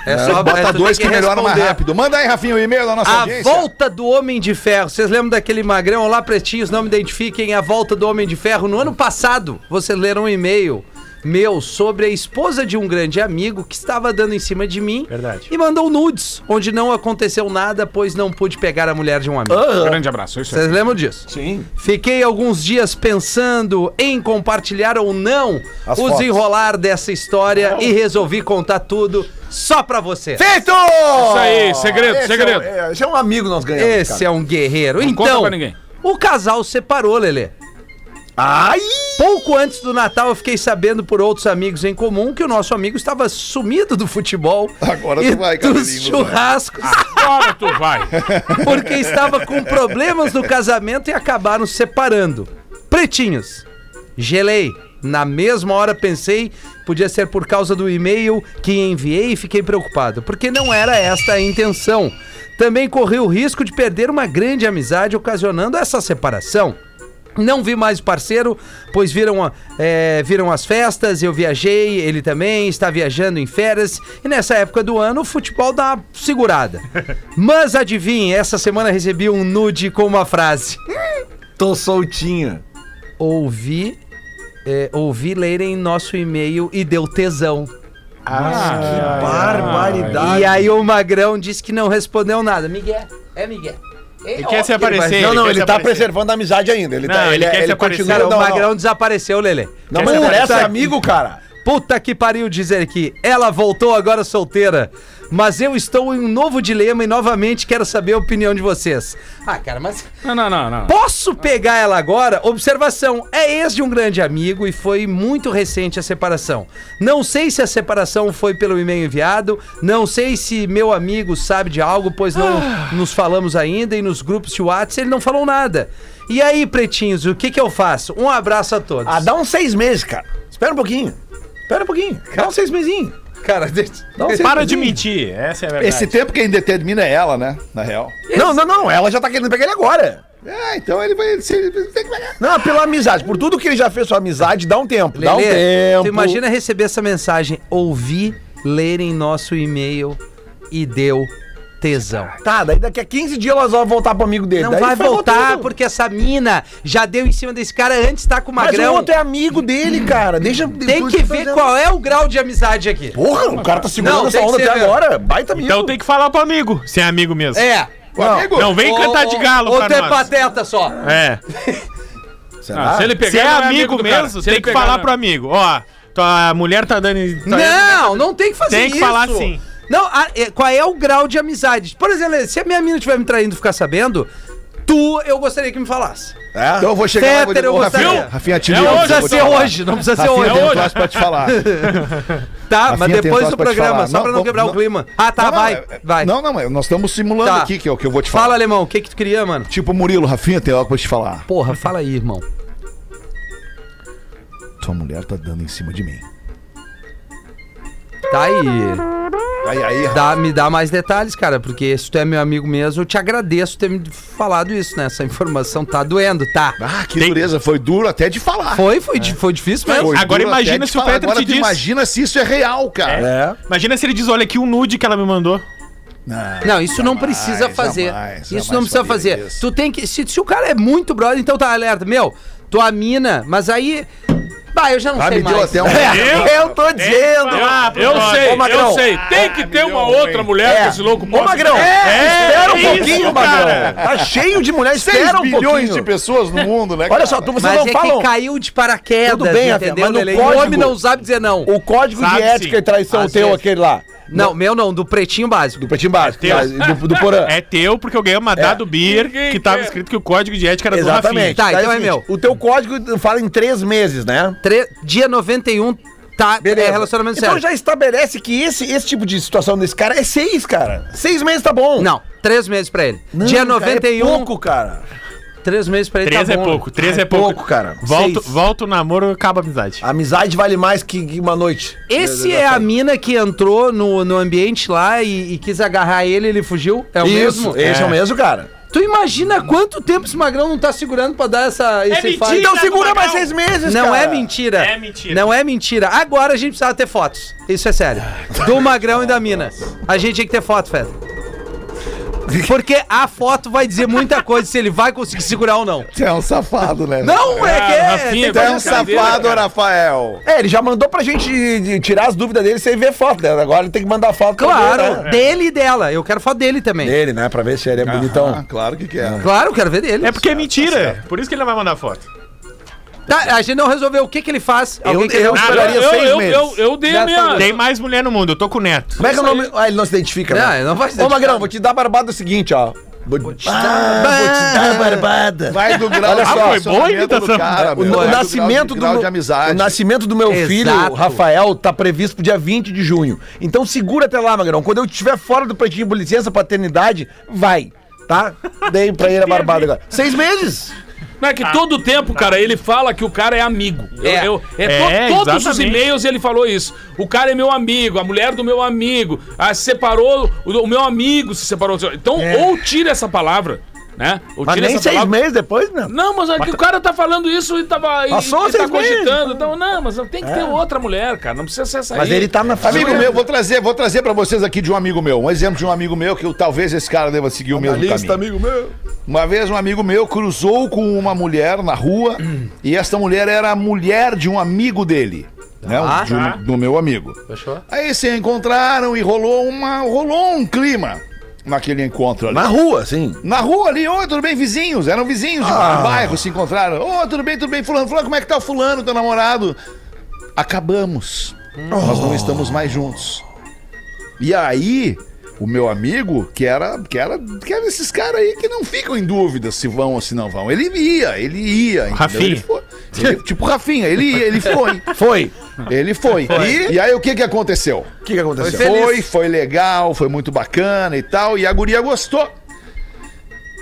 S6: É é, tu
S3: Bota
S6: tem
S3: dois que, melhoram mais
S6: responder.
S3: rápido. Manda aí, Rafinha, o e-mail da nossa
S6: A
S3: audiência.
S6: volta do Homem de Ferro. Vocês lembram daquele magrão? Olá, pretinhos, não me identifiquem. A volta do Homem de Ferro. No ano passado, vocês leram um e-mail meu sobre a esposa de um grande amigo que estava dando em cima de mim
S5: Verdade.
S6: e mandou nudes, onde não aconteceu nada, pois não pude pegar a mulher de um amigo.
S5: Ah.
S8: Grande abraço, isso aí.
S6: Vocês lembram disso? Sim. Fiquei alguns dias pensando em compartilhar ou não
S7: As
S6: o
S7: fotos.
S6: desenrolar dessa história e resolvi contar tudo só pra você.
S7: Feito!
S8: Isso aí, segredo,
S7: Esse
S8: segredo.
S7: É um, é- esse é um amigo nós ganhamos.
S6: Esse é um guerreiro.
S8: conta
S6: Então,
S8: pra ninguém.
S6: o casal separou, Lelê.
S7: Ai!
S6: Pouco antes do Natal, eu fiquei sabendo por outros amigos em comum que o nosso amigo estava sumido do futebol
S3: Agora
S6: e
S3: tu vai,
S6: dos
S3: Cabelinho, vai.
S6: churrascos,
S8: Agora tu vai.
S6: porque estava com problemas no casamento e acabaram se separando. Pretinhos, gelei. Na mesma hora pensei, podia ser por causa do e-mail que enviei e fiquei preocupado, porque não era esta a intenção. Também corri o risco de perder uma grande amizade ocasionando essa separação. Não vi mais o parceiro, pois viram, a- é, viram as festas, eu viajei, ele também está viajando em férias, e nessa época do ano o futebol dá uma segurada. Mas adivinhe, essa semana recebi um nude com uma frase.
S7: Tô soltinho.
S6: Ouvi é, ouvi lerem nosso e-mail e deu tesão.
S7: Ah, Barbaridade.
S6: E aí o Magrão disse que não respondeu nada. Miguel, é Miguel.
S5: Ele quer se aparecer.
S7: Não, não,
S5: quer
S7: ele
S5: se
S7: tá
S5: aparecer.
S7: preservando a amizade ainda. Ele,
S5: Não,
S7: tá,
S5: ele
S7: ele,
S5: quer
S7: ele,
S5: se aparecer.
S7: continua.
S6: Cara,
S7: Não,
S6: o
S7: não,
S6: Magrão
S7: não.
S6: desapareceu, Lelê.
S7: Não,
S5: Quer se
S7: mas essa é
S5: aparecer.
S7: amigo, cara.
S6: Puta que pariu dizer que ela voltou agora solteira. Mas eu estou em um novo dilema e novamente quero saber a opinião de vocês. Ah, cara, mas
S8: Não, não, não, não.
S6: Posso pegar ela agora? Observação: é ex de um grande amigo e foi muito recente a separação. Não sei se a separação foi pelo e-mail enviado, não sei se meu amigo sabe de algo, pois não nos falamos ainda e nos grupos de WhatsApp ele não falou nada. E aí, pretinhos, o que, que eu faço? Um abraço a todos.
S7: Ah, dá uns seis meses, cara. Espera um pouquinho. Espera um pouquinho. Dá uns seis mesinhos.
S6: Cara, deixa-
S7: Dá uns seis
S5: Para de
S7: mesinhos.
S5: mentir. Essa é a verdade.
S3: Esse tempo quem determina é ela, né? Na real.
S7: Não, não, não. Ela já tá querendo pegar ele agora.
S3: É, então ele vai. Ele, se- ele tem que pegar.
S7: Não, pela amizade. Por tudo que ele já fez sua amizade, dá um tempo. dá um
S6: Lelê,
S7: tempo.
S6: Tu imagina receber essa mensagem, ouvi lerem nosso e-mail e deu tesão.
S7: Tá, daí daqui a 15 dias elas vão voltar pro amigo dele.
S6: Não
S7: Daí
S6: vai
S7: foi
S6: voltar,
S7: voltando.
S6: porque essa mina já deu em cima desse cara antes, tá com o
S7: Mas
S6: Magrão.
S7: o outro é amigo dele, cara. Deixa.
S6: Tem que ver qual é o grau de amizade aqui.
S7: Porra, o cara tá segurando
S6: Não,
S7: essa
S6: tem que
S7: onda
S6: ser
S7: até
S6: mesmo.
S7: agora. Baita tá amigo.
S5: Então tem que falar pro amigo, se é amigo mesmo.
S6: É.
S3: O amigo.
S5: Não vem cantar de galo
S6: Ou
S5: pra
S6: é
S5: nós.
S6: pateta só.
S5: É.
S8: Ah, se ele pegar,
S5: Se é
S8: não
S5: amigo
S8: do cara.
S5: mesmo,
S8: Se
S5: tem
S8: ele
S5: que
S8: pegar,
S5: falar
S8: não.
S5: pro amigo. Ó, tua mulher tá dando... tá-
S6: Não, não tem que fazer isso.
S5: Tem que falar assim.
S6: Não, a- é, qual é o grau de amizade? Por exemplo, se a minha mina estiver me traindo e ficar sabendo, tu, eu gostaria que me falasse.
S3: É? Então eu vou chegar lá e vou
S6: Hétero,
S3: dizer, "Ô,
S6: gostaria.
S3: Rafinha, Rafinha, te
S8: É
S3: ligo,
S8: hoje,
S3: eu vou
S6: Não
S3: te
S6: precisa ser
S3: falar.
S6: assim, hoje, não
S5: Tá
S6: precisa ser
S3: Rafinha,
S6: hoje.
S5: É
S3: tem um troço pra te falar.
S6: Tá,
S3: Rafinha,
S6: mas
S3: tem um
S6: depois
S3: troço
S6: do
S3: pra te
S6: programa,
S3: falar.
S6: só pra não
S3: vamos-
S6: quebrar o clima. Ah, tá,
S3: Não, não,
S6: vai,
S3: é-
S6: vai.
S3: Não, não, mas nós estamos simulando
S6: Tá.
S3: aqui, que é o que eu vou te falar.
S6: Fala, alemão, o que que tu queria, mano?
S3: Tipo, Murilo, Rafinha, tem algo pra te falar.
S6: Porra, fala aí, irmão.
S3: Tua mulher tá dando em cima de mim.
S6: Tá aí.
S3: Aí, aí, Rafa.
S6: Dá, me dá mais detalhes, cara, porque se tu é meu amigo mesmo, eu te agradeço ter me falado isso, né? Essa informação tá doendo, tá?
S3: Ah, que dureza, foi duro até de falar.
S6: Foi, foi, di- foi difícil
S3: Foi
S6: mesmo.
S3: duro
S5: agora
S3: até
S5: imagina
S3: de
S5: se o
S3: falar.
S5: Petra
S3: Agora
S5: te
S3: tu
S5: diz.
S3: Imagina se isso é real, cara.
S7: É.
S5: Imagina se ele diz, olha aqui o nude que ela me mandou.
S3: Não.
S6: Não, isso não precisa
S3: jamais,
S6: fazer.
S3: jamais
S6: isso não precisa
S3: faria
S6: fazer.
S3: isso.
S6: Tu tem que. Se, se o cara é muito brother, então tá alerta. Meu, tua mina, mas aí. Bah, eu já não
S3: Ah,
S6: sei
S3: me deu
S6: mais.
S3: até um.
S7: É, Eu,
S5: É,
S7: tô dizendo.
S5: falar Ah, pro
S8: Eu
S5: Magrão.
S8: sei,
S7: Ô, Magrão.
S8: eu sei. Tem que ter uma outra mulher que esse louco
S7: Ô, Magrão, espera um
S5: é
S7: pouquinho,
S5: isso,
S7: Magrão.
S5: cara.
S7: Tá cheio de mulheres,
S3: 6
S7: espera um
S3: bilhões de
S7: pouquinho.
S3: pessoas no mundo, né?
S7: Olha só, tu, vocês
S6: Mas
S7: não
S6: é
S7: falam.
S6: que caiu de paraquedas,
S7: Tudo bem, Rafinha,
S6: entendeu?
S7: mas no
S6: Lele?
S7: código-
S6: O homem não sabe dizer não.
S7: O código
S5: Sabe
S7: de ética
S5: sim.
S7: e traição
S6: Às
S7: teu,
S6: vezes.
S7: aquele lá.
S6: Não, meu não, do pretinho básico.
S7: Do Pretinho Básico.
S5: É teu.
S7: tá? Do, do Porã.
S5: É teu, porque eu ganhei uma dado beer
S8: Ninguém
S5: que tava
S8: quer.
S5: escrito que o código de ética era
S7: Exatamente.
S5: do
S6: Tá, então
S7: o
S6: é
S7: seguinte,
S6: meu.
S7: O teu código fala em três meses, né?
S6: Tre... Dia 91 tá é relacionamento
S7: então
S6: sério.
S7: já estabelece que esse, esse tipo de situação desse cara é seis, cara. Seis meses tá bom.
S6: Não, três meses pra ele.
S7: Não,
S6: Dia
S7: cara,
S6: 91,
S7: É pouco, cara.
S6: três meses pra ele
S5: Três
S6: tá
S5: é
S6: bom.
S5: pouco, três
S7: É
S5: é pouco.
S7: pouco, cara.
S5: Volta,
S7: Seis.
S5: volta o namoro, acaba a amizade.
S7: A amizade vale mais que que uma noite.
S6: Esse
S7: tá
S6: é a mina que entrou no, no ambiente lá e, e quis agarrar ele, ele fugiu? É o
S7: Isso,
S6: mesmo?
S7: esse é. o mesmo, cara.
S6: Tu imagina quanto tempo esse magrão não tá segurando pra dar essa... esse
S5: mentira,
S6: faz-
S5: Então segura mais
S7: seis meses,
S6: Não é
S7: mentira.
S6: mentira.
S5: É mentira.
S6: Não é mentira. Agora a gente precisava ter fotos. Isso é sério. Do Magrão e da Mina. A gente tinha que ter foto, Fed. Porque a foto vai dizer muita coisa se ele vai conseguir segurar ou não.
S3: Tu é um safado, né?
S6: Não é que
S8: Ah,
S6: é.
S8: Rafinha,
S6: tem
S3: Tu é um
S6: coisa-
S3: safado, Rafael.
S7: É, ele já mandou pra gente de- de tirar as dúvidas dele sem ver foto dela. Agora ele tem que mandar foto pra ver,
S6: Claro,
S7: né?
S6: dele e dela. Eu quero foto dele também.
S7: dele, né? Pra ver se ele é bonitão.
S3: claro que quer.
S6: Claro, eu quero ver dele.
S5: É porque é mentira. Por isso que ele não vai mandar foto.
S6: Tá, a gente não resolveu o que, que ele faz. Alguém um que
S7: eu
S6: não-
S7: esperaria
S8: Eu,
S7: seis
S8: eu,
S7: meses.
S8: eu, eu dei
S6: Já
S8: a minha.
S6: tá
S5: Tem mais mulher no mundo, eu tô com o neto.
S7: Como é que é o nome. Ah, ele não se identifica,
S6: Não,
S7: né?
S6: ele não vai se
S7: Ô, Magrão, vou te dar a barbada é o seguinte, ó. Vou, te dar vou te dar a barbada.
S3: Vai do grau
S7: Olha
S3: de
S7: só,
S5: foi boa a
S3: relacionamento do
S5: imitação.
S3: cara,
S7: O,
S3: meu. Vai
S7: é, o
S3: do grau de-
S7: nascimento do,
S3: grau
S7: meu,
S3: de amizade.
S7: o nascimento do meu
S6: Exato.
S7: filho, Rafael, tá previsto pro dia 20 de junho. Então segura até lá, Magrão. Quando eu estiver fora do pretinho por licença, paternidade, vai. Tá? Dei pra ele a barbada agora. Seis meses!
S8: Não é
S5: Tá.
S8: que todo tempo, cara, ele fala que o cara é amigo.
S6: É.
S8: Eu- eu- é
S5: É,
S8: to- todos os
S5: exatamente.
S8: e-mails ele falou isso. O cara é meu amigo, a mulher do meu
S5: É.
S8: amigo, ah, separou, o, o meu amigo se separou. Então, ou tira essa palavra. né? O
S7: Mas
S8: tira
S7: nem
S8: essa
S7: seis
S8: palavra-
S7: meses depois, né?
S8: Não, mas aqui o cara tá falando isso e tava e,
S7: Passou
S8: e tá
S7: seis meses.
S8: cogitando. Então, não, mas tem
S5: É.
S8: que ter outra mulher, cara. Não precisa ser essa
S7: Mas
S8: aí.
S7: ele tá na
S3: Amigo meu, vou trazer, vou trazer para vocês aqui de um amigo meu, um exemplo de um amigo meu que eu- talvez esse cara deva seguir
S7: Tá
S3: o mesmo caminho.
S7: amigo meu.
S3: Uma vez um amigo meu cruzou com uma mulher na rua e esta mulher era a mulher de um amigo dele, né, um- de um- do meu amigo.
S6: Fechou?
S3: Aí se encontraram e rolou uma, rolou um clima naquele encontro ali.
S7: Na rua, sim.
S3: Na rua ali, ô, tudo bem, vizinhos, eram vizinhos de bairro, se encontraram. Ô, tudo bem, tudo bem, fulano, fulano, como é que tá o fulano, teu namorado? Acabamos. Nós não estamos mais juntos. E aí, o meu amigo, que era, que era, que era esses caras aí que não ficam em dúvida se vão ou se não vão. Ele ia, ele ia. entendeu?
S5: Rafinha.
S3: Ele foi. Ele- tipo Rafinha, ele ia, ele foi.
S7: Foi.
S3: Ele foi. E, e aí o que que aconteceu?
S7: O que, que aconteceu?
S3: Foi, foi legal, foi muito bacana e tal. E a guria gostou.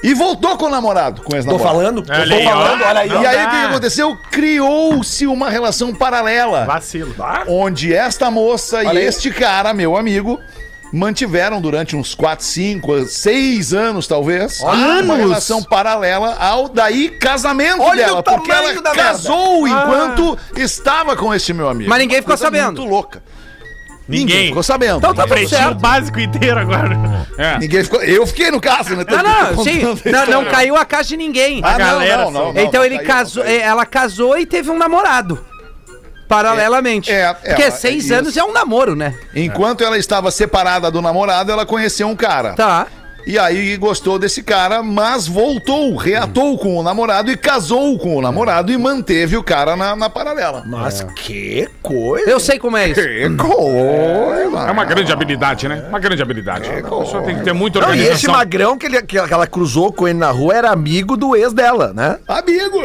S3: E voltou com o namorado, com o
S7: Tô
S3: ex-namorado.
S7: falando. tô
S5: Olha aí, ó.
S7: falando, olha aí.
S3: E aí o que que aconteceu? Criou-se uma relação paralela.
S5: Vacilo.
S3: Onde esta moça
S7: Olha
S3: e
S7: aí.
S3: este cara, meu amigo, mantiveram durante uns 4, 5, 6 anos, talvez, uma relação paralela ao daí casamento
S7: Olha
S3: dela.
S7: o tamanho
S3: Porque ela
S7: da merda. Ah.
S3: casou enquanto estava com este meu amigo.
S6: Mas ninguém ficou
S3: Coisa
S6: sabendo.
S3: Muito louca.
S5: Ninguém.
S3: ficou sabendo.
S6: Então tá
S5: O Pretinho básico inteiro agora.
S8: É,
S3: Ninguém ficou. Eu fiquei no caso, né?
S6: Não, não, sim. Não, não caiu a caixa de ninguém.
S3: Ah, não,
S5: galera,
S3: não, não, não,
S6: então
S3: não
S6: ele
S3: caiu, não
S6: casou,
S3: caiu.
S6: é, ela casou e teve um namorado. Paralelamente.
S3: É, é,
S6: Porque
S3: ela-
S6: seis
S3: é
S6: anos
S3: isso.
S6: é um namoro, né?
S3: Enquanto ela estava separada do namorado, ela conheceu um cara.
S6: Tá.
S3: E aí gostou desse cara, mas voltou, reatou com o namorado e casou com o namorado e manteve o cara na, na paralela.
S7: Mas que coisa.
S6: Eu sei como é isso.
S8: É uma grande habilidade, né? Uma grande habilidade. A pessoa tem que ter muita
S7: Não, e
S8: organização.
S7: esse magrão que, ele, que ela que ela cruzou com ele na rua era amigo do ex dela, né?
S3: Amigo!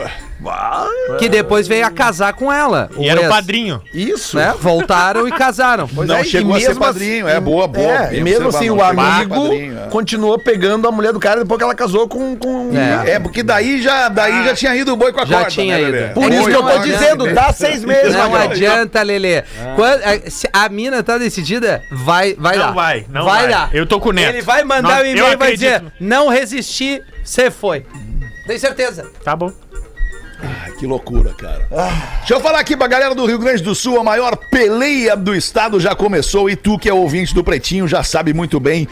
S6: Que depois veio a casar com ela.
S5: E era o
S6: ex,
S5: padrinho.
S7: Isso.
S6: Né? Voltaram e casaram.
S3: Não
S7: é, e
S3: chegou a ser
S7: mesmo assim-
S3: padrinho, é boa, boa.
S7: É,
S3: bem
S7: e mesmo assim, o
S3: observado, não chegou a ser
S7: amigo
S3: padrinho, é.
S7: continuou pegando a mulher do cara depois que ela casou com. com...
S6: É.
S3: É, porque daí já, daí já tinha ido o boi com a
S6: Ah. Já
S3: corda.
S6: tinha
S3: né,
S6: ido.
S3: Lelê?
S7: Por
S6: É
S7: isso
S6: que
S7: que eu
S6: não
S7: tô
S6: adianta.
S7: dizendo, dá seis
S3: é,
S7: meses,
S6: Não
S7: Magrão.
S6: adianta,
S3: Ah.
S6: Lelê. Quando- a- se a mina tá decidida, vai, vai
S5: Não
S6: dar.
S5: vai, não vai.
S6: dar.
S5: Eu tô com o Neto.
S6: Ele vai mandar
S5: Não,
S6: o e-mail
S5: eu
S6: e vai
S5: acredito.
S6: dizer: não resisti, você foi. Tem certeza.
S5: Tá bom.
S3: Que loucura, cara. Deixa eu falar aqui pra galera do Rio Grande do Sul, a maior peleia do estado já começou e tu que é ouvinte do Pretinho já sabe muito bem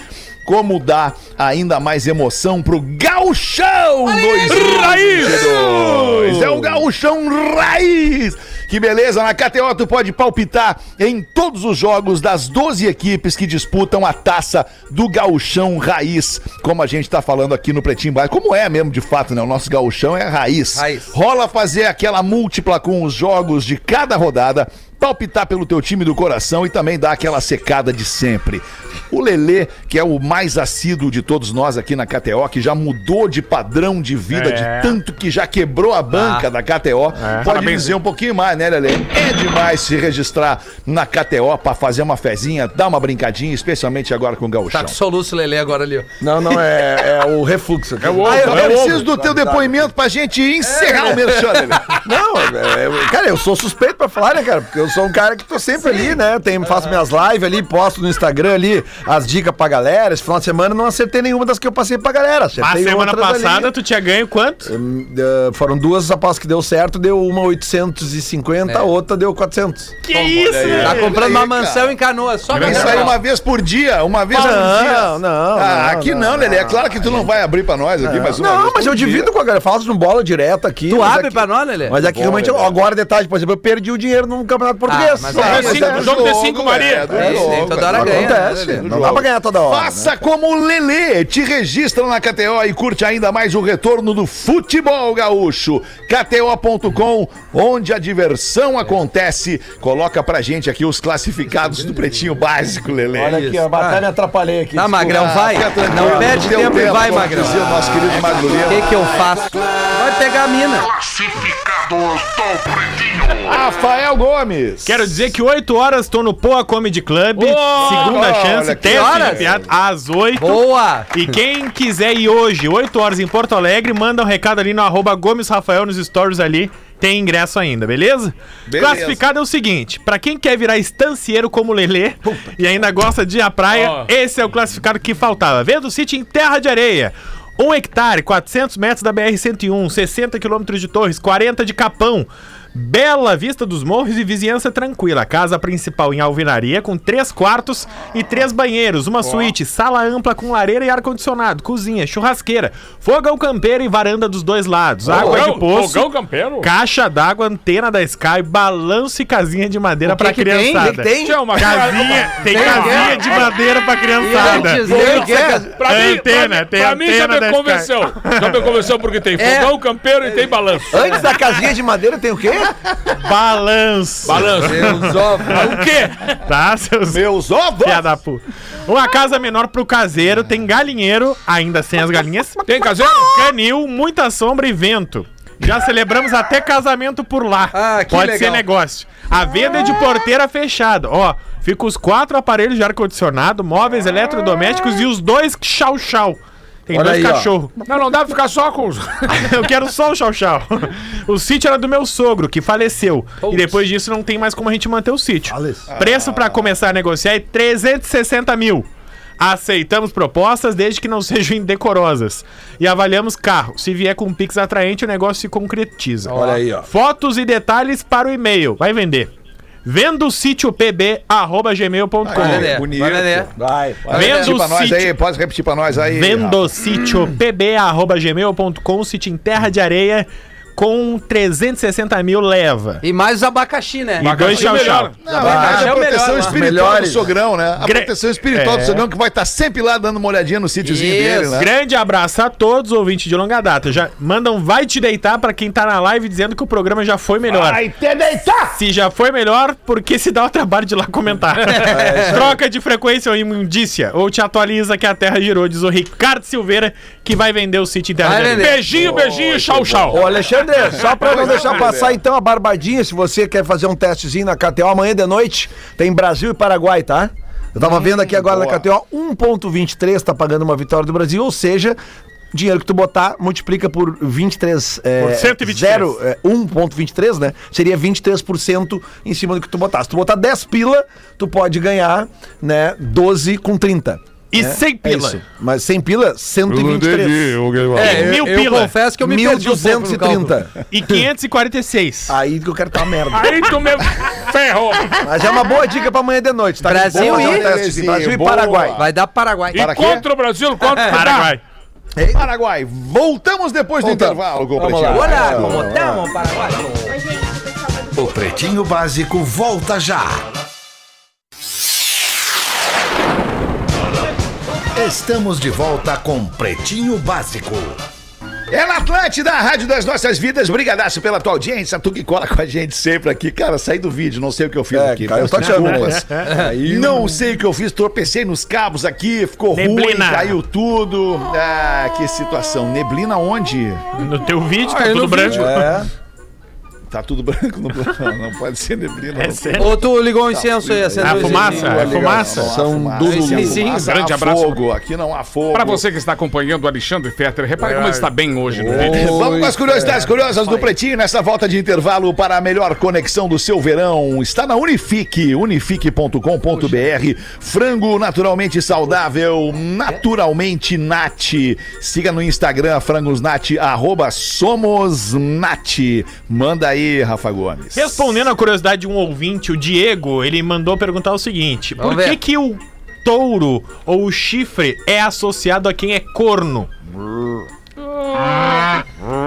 S3: como dar ainda mais emoção pro Gauchão 2022. É o Gauchão Raiz. Que beleza, na KTO tu pode palpitar em todos os jogos das 12 equipes que disputam a taça do Gauchão Raiz, como a gente tá falando aqui no Pretinho Básico. Como é mesmo de fato, né? O nosso Gauchão é raiz.
S6: Raiz.
S3: Rola fazer aquela múltipla com os jogos de cada rodada, palpitar pelo teu time do coração e também dar aquela secada de sempre. O Lelê, que é o mais assíduo de todos nós aqui na KTO, que já mudou de padrão de vida, de tanto que já quebrou a banca da KTO, pode dizer um pouquinho mais, né, Lelê? É demais se registrar na KTO pra fazer uma fezinha, dar uma brincadinha, especialmente agora com o Gauchão.
S6: Tá com soluço, Lelê, agora ali. ó.
S7: Não, não, é, é o refluxo aqui. É o Tá,
S3: Ah, eu preciso do teu depoimento pra gente encerrar o merchan, Lelê.
S7: Não, é, é, cara, eu sou suspeito pra falar, né, cara? Porque eu sou um cara que tô sempre ali, né? Tem, faço minhas lives ali, posto no Instagram ali as dicas pra galera. Esse final de semana eu não acertei nenhuma das que eu passei pra galera.
S5: A
S7: Acertei
S5: Ah, semana
S7: outras ali.
S5: passada tu tinha ganho quanto?
S7: Hum, eh, foram duas apostas que deu certo, deu uma 850,
S6: É.
S7: a outra deu 400.
S5: Que isso,
S6: Tá
S5: velho?
S6: comprando uma
S3: É, aí, cara.
S6: mansão em canoa, só
S3: Mas Isso aí é uma vez por dia, uma vez por dia.
S7: Não, não,
S3: Ah,
S7: não,
S3: aqui não,
S7: não,
S3: Lelê. É claro que tu não vai abrir pra nós aqui, mas uma
S7: Não,
S3: vez
S7: mas
S3: por
S7: eu
S3: dia.
S7: divido com a galera, faço um bola direto aqui.
S6: Tu
S7: mas
S6: abre
S7: aqui-
S6: pra nós, Lelê?
S7: Mas aqui realmente, eu- agora detalhe, por exemplo, eu perdi o dinheiro no Campeonato Português.
S6: mas
S7: Só
S6: aí-
S7: isso,
S6: Cinco-
S7: é.
S5: jogo de cinco,
S3: é,
S5: Maria.
S3: é do
S6: É isso,
S3: jogo,
S6: nem toda hora
S3: é do
S6: ganha.
S3: jogo.
S7: Acontece,
S6: né,
S7: não dá pra ganhar toda hora.
S3: Faça como o Lelê, te registra na KTO e curte ainda mais o retorno do futebol gaúcho. KTO.com, onde a diversão acontece. Coloca pra gente aqui os classificados do Pretinho Básico, Lelê.
S7: né?
S6: aqui, ó,
S7: batalha
S6: até me
S7: atrapalhei aqui.
S6: Tá, Magrão, vai.
S3: Fica tranquilo,
S6: Não perde
S3: deu
S6: tempo e vai,
S3: como
S6: Magrão.
S3: dizia o nosso querido
S6: O
S3: Madureira.
S6: que que eu faço? Vai pegar a mina.
S3: Rafael Gomes.
S5: Quero dizer que 8 horas tô no Poa Comedy Club.
S8: Oh,
S5: segunda
S3: olha
S5: chance,
S3: que
S5: teste
S6: horas.
S5: de piada às 8.
S6: Boa!
S5: E quem quiser ir hoje, 8 horas em Porto Alegre, manda um recado ali no arroba Gomes Rafael nos stories ali. Tem ingresso ainda, beleza?
S3: Beleza.
S5: Classificado é o seguinte: pra quem quer virar estancieiro como Lelê e ainda gosta de ir à praia,
S8: Ó.
S5: esse é o classificado que faltava. Vendo o City em Terra de Areia. 1 hectare, 400 metros da BR-101, 60 um, quilômetros de Torres, 40 de Capão. Bela vista dos morros e vizinhança tranquila. Casa principal em alvenaria, com três quartos e três banheiros, uma suíte, sala ampla com lareira e ar-condicionado, cozinha, churrasqueira, fogão campeiro e varanda dos dois lados. água de poço.
S8: Fogão campeiro?
S5: Caixa d'água, antena da Sky, balanço e casinha de madeira
S6: O que
S5: pra
S6: que tem?
S5: criançada.
S6: Que que tem?
S8: Tinha uma
S5: Casinha, tem
S6: Tem
S5: casinha
S6: guerra.
S5: de madeira pra
S6: E eu
S5: criançada.
S6: te dizer que é-
S8: Pra mim,
S5: Antena,
S8: pra mim-
S5: tem
S8: pra mim já
S5: antena da
S8: me
S5: Sky.
S8: convenceu. Já me convenceu porque tem
S6: É.
S8: fogão, campeiro e tem balanço.
S7: Antes da casinha de madeira tem o quê?
S5: Balanço.
S8: Balanço.
S6: Meus ovos.
S8: É O quê?
S5: Tá, seus
S3: Meus ovos!
S5: Piada pu. Uma casa menor pro caseiro, tem galinheiro, ainda sem as galinhas,
S8: Tem caseiro?
S5: canil, muita sombra e vento. Já celebramos até casamento por lá.
S6: Ah, que
S5: Pode ser
S6: legal.
S5: negócio. A venda é de porteira fechada. Ó, fica os quatro aparelhos de ar-condicionado, móveis eletrodomésticos e os dois chau-chau. Tem
S7: Olha
S5: dois
S7: aí, ó.
S5: cachorros.
S8: Não, não dá pra ficar só com os.
S5: Eu quero só o chau chau. O sítio era do meu sogro, que faleceu. E depois disso não tem mais como a gente manter o sítio.
S7: Ah.
S5: Preço pra começar a negociar é 360 mil. Aceitamos propostas desde que não sejam indecorosas. E avaliamos carro. Se vier com um pix atraente, o negócio se concretiza.
S7: Olha aí, ó.
S5: Fotos e detalhes para o e-mail. Vai vender. Vendo o sítio
S7: Ah,
S6: Olha,
S7: é.
S5: pb@gmail.com.
S6: né?
S3: Bonito.
S6: Olha, né?
S7: Vai.
S3: Pode repetir
S5: Vendo
S3: pra
S5: o
S3: nós
S5: sítio
S3: aí, pode repetir pra nós aí. Rafa.
S5: Vendocityopb.gmail.com, sítio em terra de areia com 360 mil leva.
S6: E mais os abacaxi, né?
S5: E dois tchau tchau.
S3: Não, na
S5: Ah,
S3: verdade,
S6: é
S3: a
S6: o melhor,
S3: proteção
S6: né?
S3: espiritual
S7: Melhores.
S3: do sogrão, né? A
S5: Gre-
S3: proteção espiritual do
S5: É.
S3: sogrão que vai estar sempre lá dando uma olhadinha no sítiozinho
S6: Isso.
S3: dele, né?
S5: Grande abraço a todos, ouvinte de longa data. Já mandam vai te deitar pra quem tá na live dizendo que o programa já foi melhor.
S3: te deitar!
S5: Se já foi melhor, por que se dá o trabalho de ir lá comentar? Troca de frequência ou imundícia, ou te atualiza que a Terra girou, diz o Ricardo Silveira, que vai vender o sítio em terra
S6: Vai
S5: de areia.
S6: vender.
S8: Beijinho, beijinho, tchau, tchau.
S7: Ô, Alexandre, só pra não deixar passar então a barbadinha, se você quer fazer um testezinho na KTO amanhã de noite, tem Brasil e Paraguai, tá? Eu tava vendo aqui
S5: Hum,
S7: agora na KTO, 1.23 tá pagando uma vitória do Brasil, ou seja, dinheiro que tu botar multiplica por 23, é,
S5: Por 123.
S7: zero, é, 1.23, né? Seria 23% em cima do que tu botar. Se tu botar 10 pila, tu pode ganhar, né, 12 com 30.
S5: E
S7: né?
S5: sem
S7: É
S5: pila.
S7: isso. Mas 100 pila, 123.
S5: É,
S6: eu,
S5: mil
S6: eu
S5: pila.
S6: confesso que eu me perdi um pouco no cálculo.
S7: 1230.
S5: E 546.
S7: Aí que eu quero tá merda.
S8: Aí tu me ferrou.
S7: Mas é uma boa dica pra amanhã de noite, tá?
S6: Brasil
S7: Boa,
S6: e-
S7: fazer um teste. Brasil e Paraguai.
S6: Vai dar Paraguai.
S8: E
S5: é?
S8: contra o Brasil, contra o Paraguai.
S5: Paraguai.
S3: Paraguai, voltamos depois do
S7: Voltamos.
S3: intervalo, Gopretinho.
S7: lá.
S6: Olá, como estamos, Paraguai?
S4: O Pretinho Básico volta já. Estamos de volta com Pretinho Básico.
S3: É na Atlântida, a rádio das nossas vidas. Brigadaço pela tua audiência. Tu que cola com a gente sempre aqui. Cara, saí do vídeo, não sei o que eu fiz
S7: É,
S3: aqui.
S7: cara, eu tô te amando. É,
S3: Não sei o que eu fiz, tropecei nos cabos aqui, ficou ruim,
S5: Neblina.
S3: caiu tudo. Ah, que situação. Neblina onde?
S5: No teu vídeo, tá
S6: Ah, eu
S5: tudo
S6: não vi.
S5: branco.
S7: É.
S3: Tá tudo branco no plano, não pode ser neblina.
S5: É
S3: não.
S5: sério.
S6: Ou tu ligou um incenso aí,
S5: Ah,
S6: acendeu
S5: a
S6: um
S5: fumaça,
S6: incenso.
S5: a fumaça.
S7: São
S6: Sim,
S3: Sim,
S7: É
S6: sim.
S3: Grande abraço.
S8: Grande abraço.
S3: Fogo, aqui não há fogo.
S8: Pra você que está acompanhando o Alexandre Fetter, repare como ele está bem hoje. né? no vídeo.
S3: Vamos com as curiosidades curiosas do Pretinho nessa volta de intervalo para a melhor conexão do seu verão. Está na Unifique, unifique.com.br. Frango naturalmente saudável, naturalmente nat. Siga no Instagram frangosnat, arroba somosnat. Manda aí, Rafa Gomes.
S5: Respondendo à curiosidade de um ouvinte, o Diego, ele mandou perguntar o seguinte:
S6: Vamos
S5: por que
S6: ver.
S5: que o touro ou o chifre é associado a quem é corno?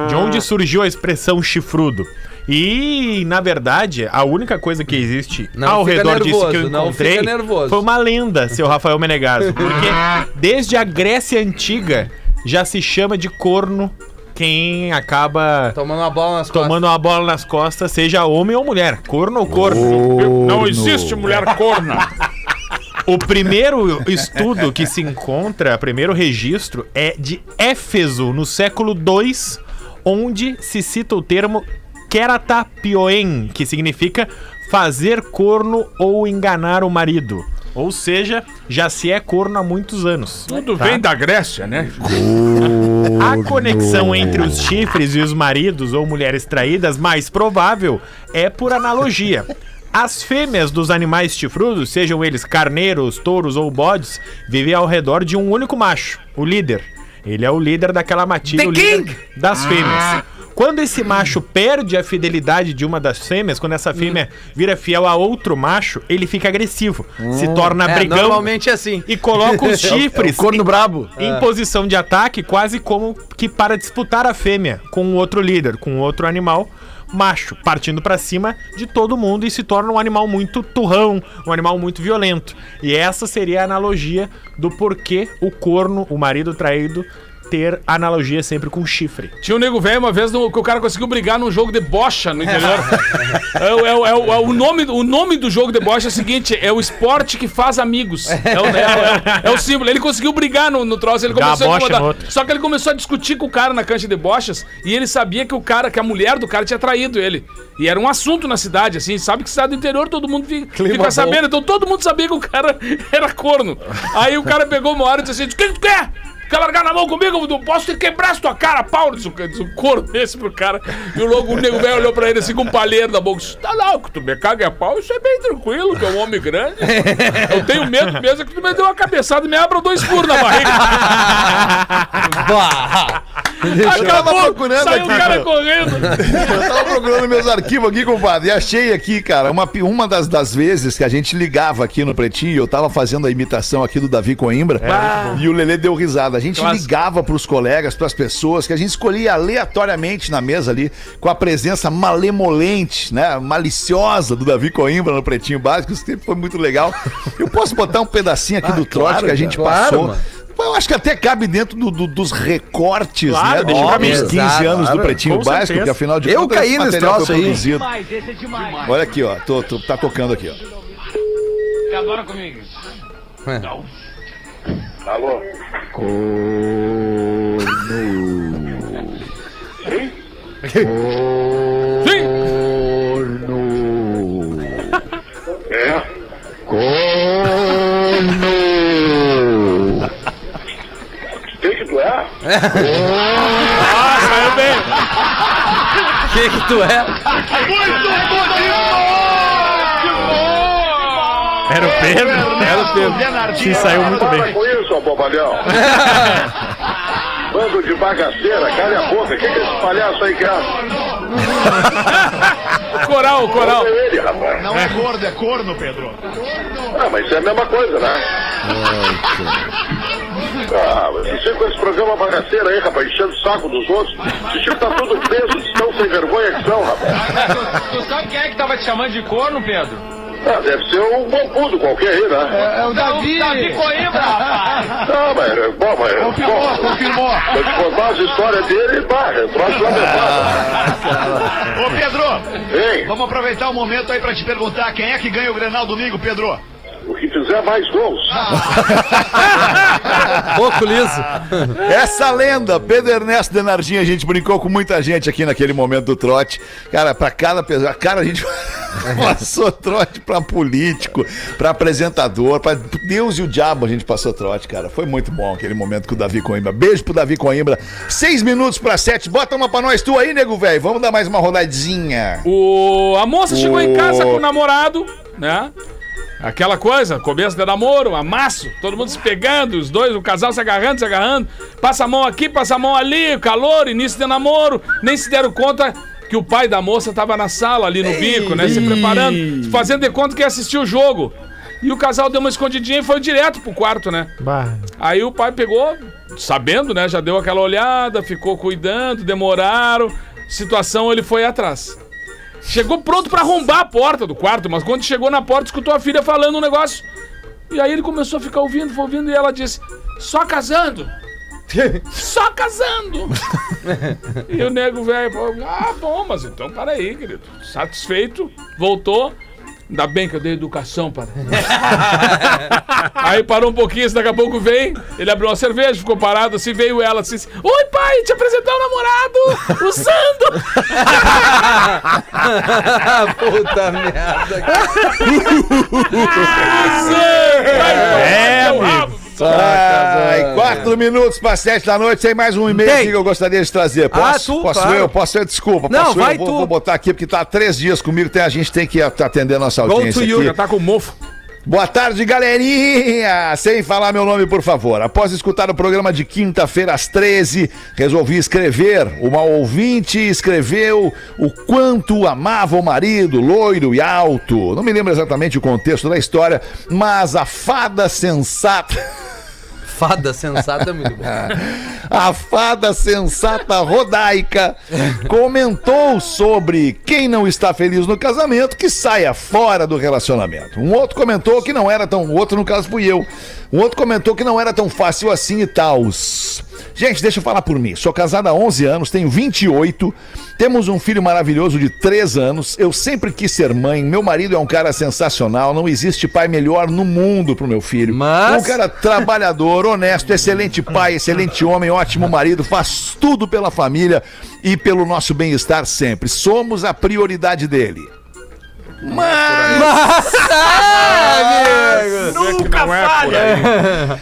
S5: De onde surgiu a expressão chifrudo? E, na verdade, a única coisa que existe
S6: Não
S5: ao
S6: fica
S5: redor disso que eu
S6: nervoso, não
S5: encontrei
S6: fica nervoso.
S5: foi uma lenda, seu Rafael Menegaso. Porque desde a Grécia Antiga já se chama de corno quem acaba
S6: Tomando uma bola nas costas.
S5: tomando uma bola nas costas, seja homem ou mulher, corno ou corno.
S8: Não existe mulher corna.
S5: O primeiro estudo que se encontra, o primeiro registro, é de Éfeso, no século II, onde se cita o termo keratapioen, que significa fazer corno ou enganar o marido. Ou seja, já se é corno há muitos anos.
S8: Tudo vem da Grécia, né?
S5: A conexão entre os chifres e os maridos ou mulheres traídas mais provável é por analogia. As fêmeas dos animais chifrudos, sejam eles carneiros, touros ou bodes, vivem ao redor de um único macho, o líder. Ele é o líder daquela matilha,
S6: The
S5: o líder
S6: King!
S5: das fêmeas. Quando esse macho perde a fidelidade de uma das fêmeas, quando essa fêmea vira fiel a outro macho, ele fica agressivo, se torna
S6: É,
S5: brigão
S6: normalmente é assim.
S5: e coloca os
S7: é
S5: chifres
S7: Corno brabo.
S5: em posição de ataque, quase como que para disputar a fêmea com o outro líder, com o outro animal macho, partindo pra cima de todo mundo e se torna um animal muito turrão, um animal muito violento. E essa seria a analogia do porquê o corno, o marido traído, ter analogia sempre com chifre.
S8: Tinha um nego velho uma vez no- que o cara conseguiu brigar num jogo de bocha no interior. é, o- é o- é o- é o, nome, o nome do jogo de bocha é o seguinte: é o esporte que faz amigos. É o, é o- é o símbolo. Ele conseguiu brigar no, no troço, ele
S5: Dá
S8: começou
S5: uma
S8: a
S5: bocha
S8: incomodar.
S5: no outro.
S8: Só que ele começou a discutir com o cara na cancha de bochas e ele sabia que o cara, que a mulher do cara tinha traído ele. E era um assunto na cidade, assim, sabe que cidade do interior todo mundo fi- fica, sabendo, então todo mundo sabia que o cara era corno. Aí o cara pegou uma hora e disse assim: o que tu quer? Quer largar na mão comigo? Eu não posso te quebrar essa tua cara, Paulo. Disse, o- disse um corno desse pro cara. E logo o nego velho olhou pra ele assim com um palheiro na boca. Disse, tá louco, tu me caga a pau, isso é bem tranquilo, que é um homem grande. Eu tenho medo mesmo é que tu me dê uma cabeçada e me abra dois furos na barriga.
S3: tava
S8: Acabou,
S3: procurando
S8: saiu o
S3: aqui,
S8: cara
S3: meu.
S8: correndo.
S3: Eu tava procurando meus arquivos aqui, compadre, e achei aqui, cara, uma, pi- uma das, das vezes que a gente ligava aqui no Pretinho, eu tava fazendo a imitação aqui do Davi Coimbra,
S5: É,
S3: e o Lelê deu risada. A gente ligava pros colegas, pras pessoas, que a gente escolhia aleatoriamente na mesa ali, com a presença malemolente, né, maliciosa do Davi Coimbra no Pretinho Básico, isso sempre foi muito legal. Eu posso botar um pedacinho aqui do trote que a gente
S7: Ah, claro,
S3: passou?
S7: mano.
S3: Eu acho que até cabe dentro do- do- dos recortes,
S5: Claro,
S3: né?
S5: deixa pra mim.
S3: Dos 15 anos do
S7: Exato,
S3: Pretinho
S5: com
S3: Básico,
S5: certeza.
S3: que afinal de
S7: Eu
S3: esse
S7: caí nesse
S3: material
S7: troço
S3: foi
S7: aí.
S3: produzido.
S9: é
S3: Olha aqui, ó. Tô, tô- tá tocando aqui, ó.
S6: que que tu é?
S5: Era
S7: É,
S5: o Pedro? Era o Pedro. Sim, saiu muito bem.
S10: Ah, com isso, ó, bobalhão. Bando de bagaceira, cala a boca. O que, que esse palhaço aí grava?
S8: Coral, coral.
S10: É ele, rapaz. Não é, gordo, é corno, Pedro. Ah, mas isso é a mesma coisa, né? Ah, você com esse programa bagaceiro aí, rapaz, enchendo o saco dos outros. Esse tipo tá todo preso, estão sem vergonha que são, rapaz.
S9: Ah, Tu sabe quem é que tava te chamando de corno, Pedro?
S10: Ah, deve ser um bombudo qualquer aí, né?
S9: É o Davi. Davi Coimbra, rapaz.
S10: Não, mas, é bom, mas... Confirmou, confirmou. Vou te contar as histórias dele, barra, é troço lamentável.
S9: Ô, Pedro,
S10: Hein?
S9: vamos aproveitar o momento aí pra te perguntar quem é que ganha o Grenal domingo, Pedro?
S10: O que fizer mais gols.
S6: Pouco liso.
S3: Essa lenda, Pedro Ernesto Denardim, a gente brincou com muita gente aqui naquele momento do trote. Cara, pra cada pessoa. Cara, a gente passou trote pra político, pra apresentador, pra Deus e o diabo a gente passou trote, cara. Foi muito bom aquele momento com o Davi Coimbra. Beijo pro Davi Coimbra. Seis minutos pra sete. Bota uma pra nós, tu aí, nego velho. Vamos dar mais uma rodadinha.
S8: O, a moça chegou em casa
S3: O-
S8: com o namorado, né? Aquela coisa, começo de namoro, amasso, todo mundo se pegando, os dois, o casal se agarrando, se agarrando, passa a mão aqui, passa a mão ali, calor, início de namoro, nem se deram conta que o pai da moça tava na sala ali no bico, né? Se preparando, fazendo de conta que ia assistir o jogo. E o casal deu uma escondidinha e foi direto pro quarto, né? Aí o pai pegou, sabendo, né? Já deu aquela olhada, ficou cuidando, demoraram. Situação, ele foi atrás. Chegou pronto pra arrombar a porta do quarto, mas quando chegou na porta, escutou a filha falando um negócio. E aí ele começou a ficar ouvindo, foi ouvindo, e ela disse: Só casando! Só casando! e o nego velho falou: Ah, bom, mas então peraí, querido. Satisfeito, voltou. Ainda bem que eu dei educação para. Aí parou um pouquinho, assim, daqui a pouco vem, ele abriu uma cerveja, ficou parado assim, veio ela assim, assim, Oi pai, te apresentar o namorado, o Sandro!
S6: Ah, Puta merda.
S8: é,
S3: Ai, quatro minutos pra sete da noite, tem mais um e-mail
S6: Tem.
S3: aqui que eu gostaria de trazer. Posso?
S6: Ah, tu,
S3: posso
S6: claro.
S3: eu? Posso eu? Desculpa,
S6: Não,
S3: posso
S6: vai
S3: eu? Vou,
S6: tu.
S3: vou botar aqui, porque tá há três dias comigo, tem, a gente tem que atender a nossa
S6: Go
S3: audiência
S6: to you.
S3: aqui.
S8: Já tá com mofo.
S3: Boa tarde, galerinha! Sem falar meu nome, por favor. Após escutar o programa de quinta-feira às 13, resolvi escrever. Uma ouvinte escreveu o quanto amava o marido, loiro e alto. Não me lembro exatamente o contexto da história, mas a fada sensata.
S6: Fada sensata é muito bom.
S3: A fada sensata rodaica comentou sobre quem não está feliz no casamento que saia fora do relacionamento. Um outro comentou que não era tão. O outro, no caso, fui eu. Um outro comentou que não era tão fácil assim e tal. Gente, deixa eu falar por mim. Sou casado há 11 anos, tenho 28, temos um filho maravilhoso de 3 anos. Eu sempre quis ser mãe. Meu marido é um cara sensacional. Não existe pai melhor no mundo pro meu filho.
S6: Mas-
S3: É Um cara trabalhador, honesto, excelente pai, excelente homem, ótimo marido, faz tudo pela família e pelo nosso bem-estar sempre. Somos a prioridade dele.
S6: Ah,
S5: Nunca falha!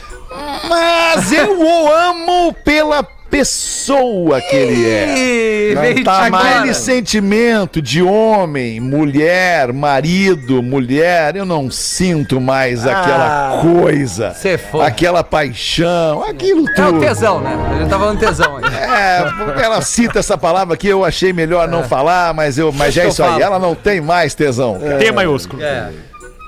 S3: Mas eu o amo pela pessoa que ele é.
S6: Ih,
S3: Não
S6: veio
S3: tá
S6: de
S3: mais.
S6: agora.
S3: Aquele sentimento de homem, mulher, marido, mulher, eu não sinto mais aquela coisa.
S6: Ah, cê foi.
S3: Aquela paixão, aquilo
S6: É o
S3: tudo.
S6: tesão, né? A gente tá falando tesão aí.
S3: É, ela cita essa palavra que eu achei melhor não falar, mas, eu, mas já é
S6: É. Eu É.
S3: isso aí.
S6: falo.
S3: Ela não tem mais tesão. cara.
S5: T maiúsculo.
S8: É.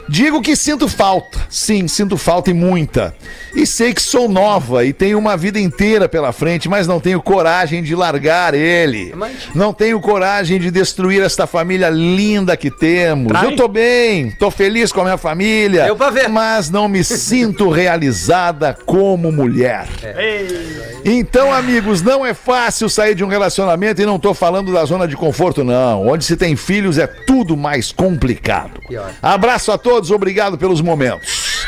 S3: Digo que sinto falta. Sim, sinto falta e muita. E sei que sou nova e tenho uma vida inteira pela frente, mas não tenho coragem de largar ele.
S6: Mas-
S3: Não tenho coragem de destruir esta família linda que temos.
S5: Trai.
S3: Eu tô bem, tô feliz com a minha família.
S6: Deu pra ver.
S3: Mas não me sinto realizada como mulher. Então, amigos, não é fácil sair de um relacionamento e não tô falando da zona de conforto, não. Onde se tem filhos é tudo mais complicado.
S6: Pior.
S3: Abraço a todos, obrigado pelos momentos.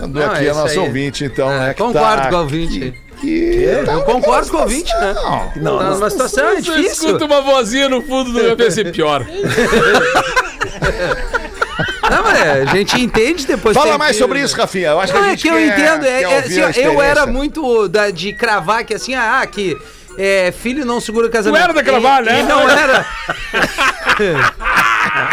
S3: Andou
S6: Não,
S3: aqui
S6: é
S3: a
S6: isso
S3: nossa
S6: aí.
S3: ouvinte, então,
S6: É,
S3: né? que
S6: concordo
S3: tá
S6: com a ouvinte.
S3: aqui, que tá
S6: Eu
S3: numa
S6: concordo com o ouvinte, né?
S3: situação.
S6: Não, tá numa situação é
S8: Você
S6: difícil.
S3: um
S8: escuta uma vozinha no fundo do meu PC, pior.
S6: Não, mas é, a gente entende depois.
S3: Fala
S6: tem
S3: mais
S6: filho,
S3: sobre
S6: né?
S3: isso, Rafinha. Eu acho que
S6: Não,
S3: a
S6: é
S3: gente
S6: que eu
S3: quer-
S6: entendo. É,
S3: quer
S6: é,
S3: ouvir
S6: assim,
S3: a
S6: ó, eu era
S3: experiência.
S6: muito da- de cravar que assim, ah, que é, filho não segura casamento.
S8: era da cravar,
S6: E-
S8: né?
S6: E não era.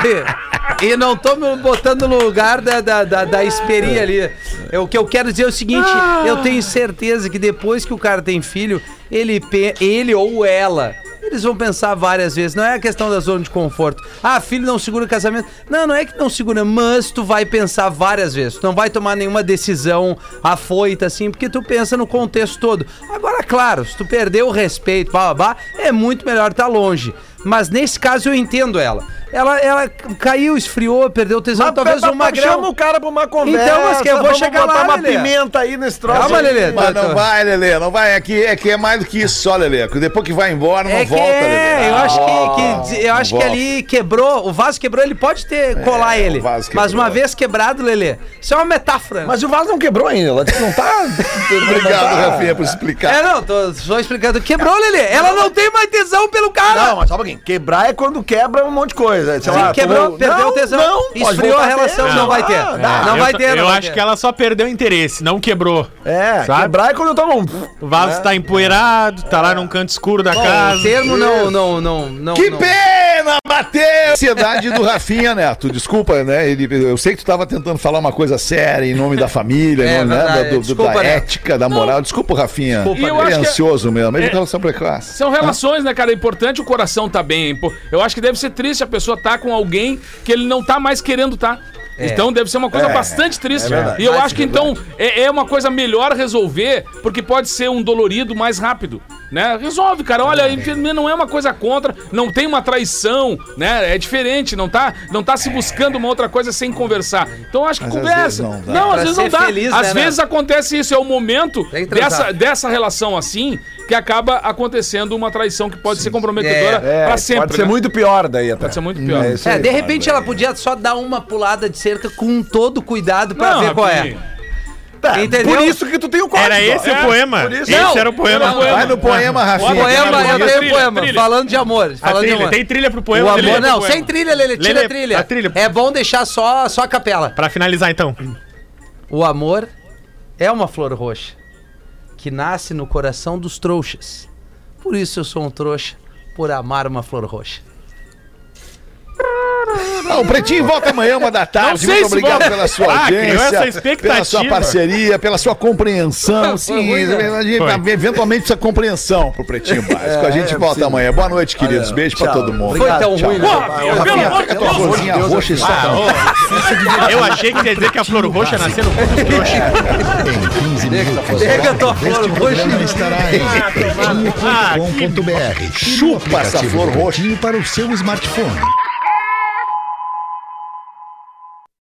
S6: E- E não tô me botando no lugar da, da, da, da esperia ali. É, O que eu quero dizer é o seguinte: eu tenho certeza que depois que o cara tem filho, ele, pe- ele ou ela. Eles vão pensar várias vezes, não é a questão da zona de conforto. Ah, filho não segura casamento. Não, não é que não segura, mas tu vai pensar várias vezes. Tu não vai tomar nenhuma decisão afoita assim, porque tu pensa no contexto todo. Agora, claro, se tu perder o respeito, blá, blá, blá, é muito melhor estar longe. Mas nesse caso eu entendo ela. Ela, ela caiu, esfriou, perdeu o tesão, talvez um magrão.
S7: Chama o cara pra uma conversa.
S6: Então, mas que eu vou
S7: vamos
S6: chegar
S7: botar
S6: lá,
S7: uma
S6: Lelê.
S7: pimenta aí nesse troço.
S6: Calma,
S7: aí.
S6: Lelê.
S3: Mas
S6: Tô-
S3: não
S6: tô-
S3: vai, Lelê, não vai. É que, é que é mais do que isso só, Lelê. Que Depois que vai embora, não
S6: É que
S3: volta, Lelê.
S6: é, eu
S3: Ah,
S6: acho
S3: volta.
S6: que, que- eu acho que
S3: volta.
S6: ali quebrou, o vaso quebrou, ele pode ter colar
S3: É, o
S6: ele.
S3: vaso
S6: Mas
S3: quebrou.
S6: uma vez quebrado, Lelê, isso é uma metáfora.
S7: Mas o vaso não quebrou ainda. Ela disse, não tá.
S3: Obrigado, Rafinha, por explicar.
S6: É, não, tô só explicando. Quebrou, Lelê. Ela não tem mais tesão pelo cara.
S7: Não, mas só um pouquinho. Quebrar é quando quebra um monte de coisa. Sei
S6: Sim,
S7: lá,
S6: quebrou,
S7: tu-
S6: perdeu
S7: Não,
S6: o tesão.
S7: Não, pode
S6: esfriou
S7: voltar
S6: a
S7: a ter.
S6: relação, não vai ter.
S7: Ah, dá.
S6: Não
S5: É, Eu
S6: vai
S5: tô-
S6: ter, não
S5: Eu
S6: vai
S5: acho
S6: ter.
S5: que ela só perdeu o interesse, não quebrou.
S7: É,
S5: Sabe?
S7: quebrar é quando eu tomo um.
S5: O
S6: é.
S5: vaso tá empoeirado, tá lá num canto escuro da
S6: O
S5: casa.
S6: termo não, não, não, não.
S3: Que
S6: não.
S3: pena, bateu! Ansiedade do Rafinha, Neto. Desculpa, né? Ele, eu sei que tu tava tentando falar uma coisa séria em nome da família,
S6: É,
S3: em nome né,
S6: verdade.
S3: da, do- do-
S6: Desculpa,
S3: da
S6: Neto.
S3: ética, da moral. Desculpa, Rafinha.
S6: Desculpa,
S3: Desculpa,
S8: E eu Neto. acho que é-
S3: ansioso mesmo. É de relação precoce.
S8: São relações, né, cara? É importante o coração tá bem. Pô, Eu acho que deve ser triste a pessoa tá com alguém que ele não tá mais querendo tá.
S3: É.
S8: Então deve ser uma coisa bastante triste. e eu acho que então é, é uma coisa melhor resolver, porque pode ser um dolorido mais rápido. Né? Resolve, cara. Olha, infelizmente não é uma coisa contra, não tem uma traição, né? É diferente, não tá, não tá se buscando uma outra coisa sem conversar. Então eu acho que
S3: É. Mas às vezes
S8: conversa.
S3: não dá.
S8: não, às
S6: Pra
S8: vezes não
S6: ser
S8: dá.
S6: feliz,
S8: às
S6: né,
S8: vezes acontece isso, é o momento
S6: Tem que transar.
S8: dessa, dessa relação assim que acaba acontecendo uma traição que pode ser comprometedora
S7: É,
S8: pra sempre.
S7: pode ser
S8: né?
S7: muito pior daí até.
S8: Pode ser muito pior.
S7: É isso
S6: É,
S7: aí.
S6: de repente ela podia só dar uma pulada de cerca com todo cuidado pra
S8: Não,
S6: ver qual é.
S8: Rafinha.
S7: Tá,
S6: entendeu?
S7: Por isso que tu tem o código. É.
S5: Era esse
S6: É,
S5: o poema? Esse
S8: Não,
S5: era o poema.
S8: era o poema.
S3: Vai no poema, Rafinha.
S8: Poema,
S3: que é
S6: Poema,
S3: mais
S8: trilha,
S6: eu
S3: bonito.
S6: tenho
S8: trilha,
S6: poema.
S8: trilha.
S6: Falando de amor.
S5: A
S6: Falando de
S5: trilha.
S6: amor.
S5: Tem trilha pro
S6: O
S5: poema.
S6: amor,
S5: trilha.
S6: não,
S8: poema.
S6: sem trilha, Lele, tira
S5: Lelê,
S6: a trilha.
S5: a trilha.
S6: É bom deixar só, só a capela.
S5: Pra finalizar, então.
S6: O amor é uma flor roxa que nasce no coração dos trouxas. Por isso eu sou um trouxa, por amar uma flor roxa.
S3: Ah, o Pretinho volta amanhã, uma da tarde.
S5: sei
S3: Muito
S5: se
S3: obrigado
S5: volta.
S3: pela sua
S5: Ah, criou
S3: audiência,
S5: essa expectativa.
S3: pela sua parceria, pela sua compreensão. Sim,
S6: ruim, né?
S3: a gente-
S5: Foi.
S3: eventualmente essa compreensão pro Pretinho Básico. a gente volta amanhã. Boa noite, queridos. Beijo pra todo mundo.
S6: Foi tão ruim, né?
S3: Rafinha, pega tua florzinha roxa e solta. no-
S5: Eu achei que ia dizer que a flor roxa nasceu no cu do trouxa.
S4: Em 15 minutos,
S6: Pega tua
S4: este
S6: flor,
S4: programa
S6: hoje.
S4: estará em
S5: Ah, que
S4: pretinho.com.br. E no
S3: Chupa essa
S4: aplicativo
S3: flor roxa.
S4: Pretinho para o seu smartphone.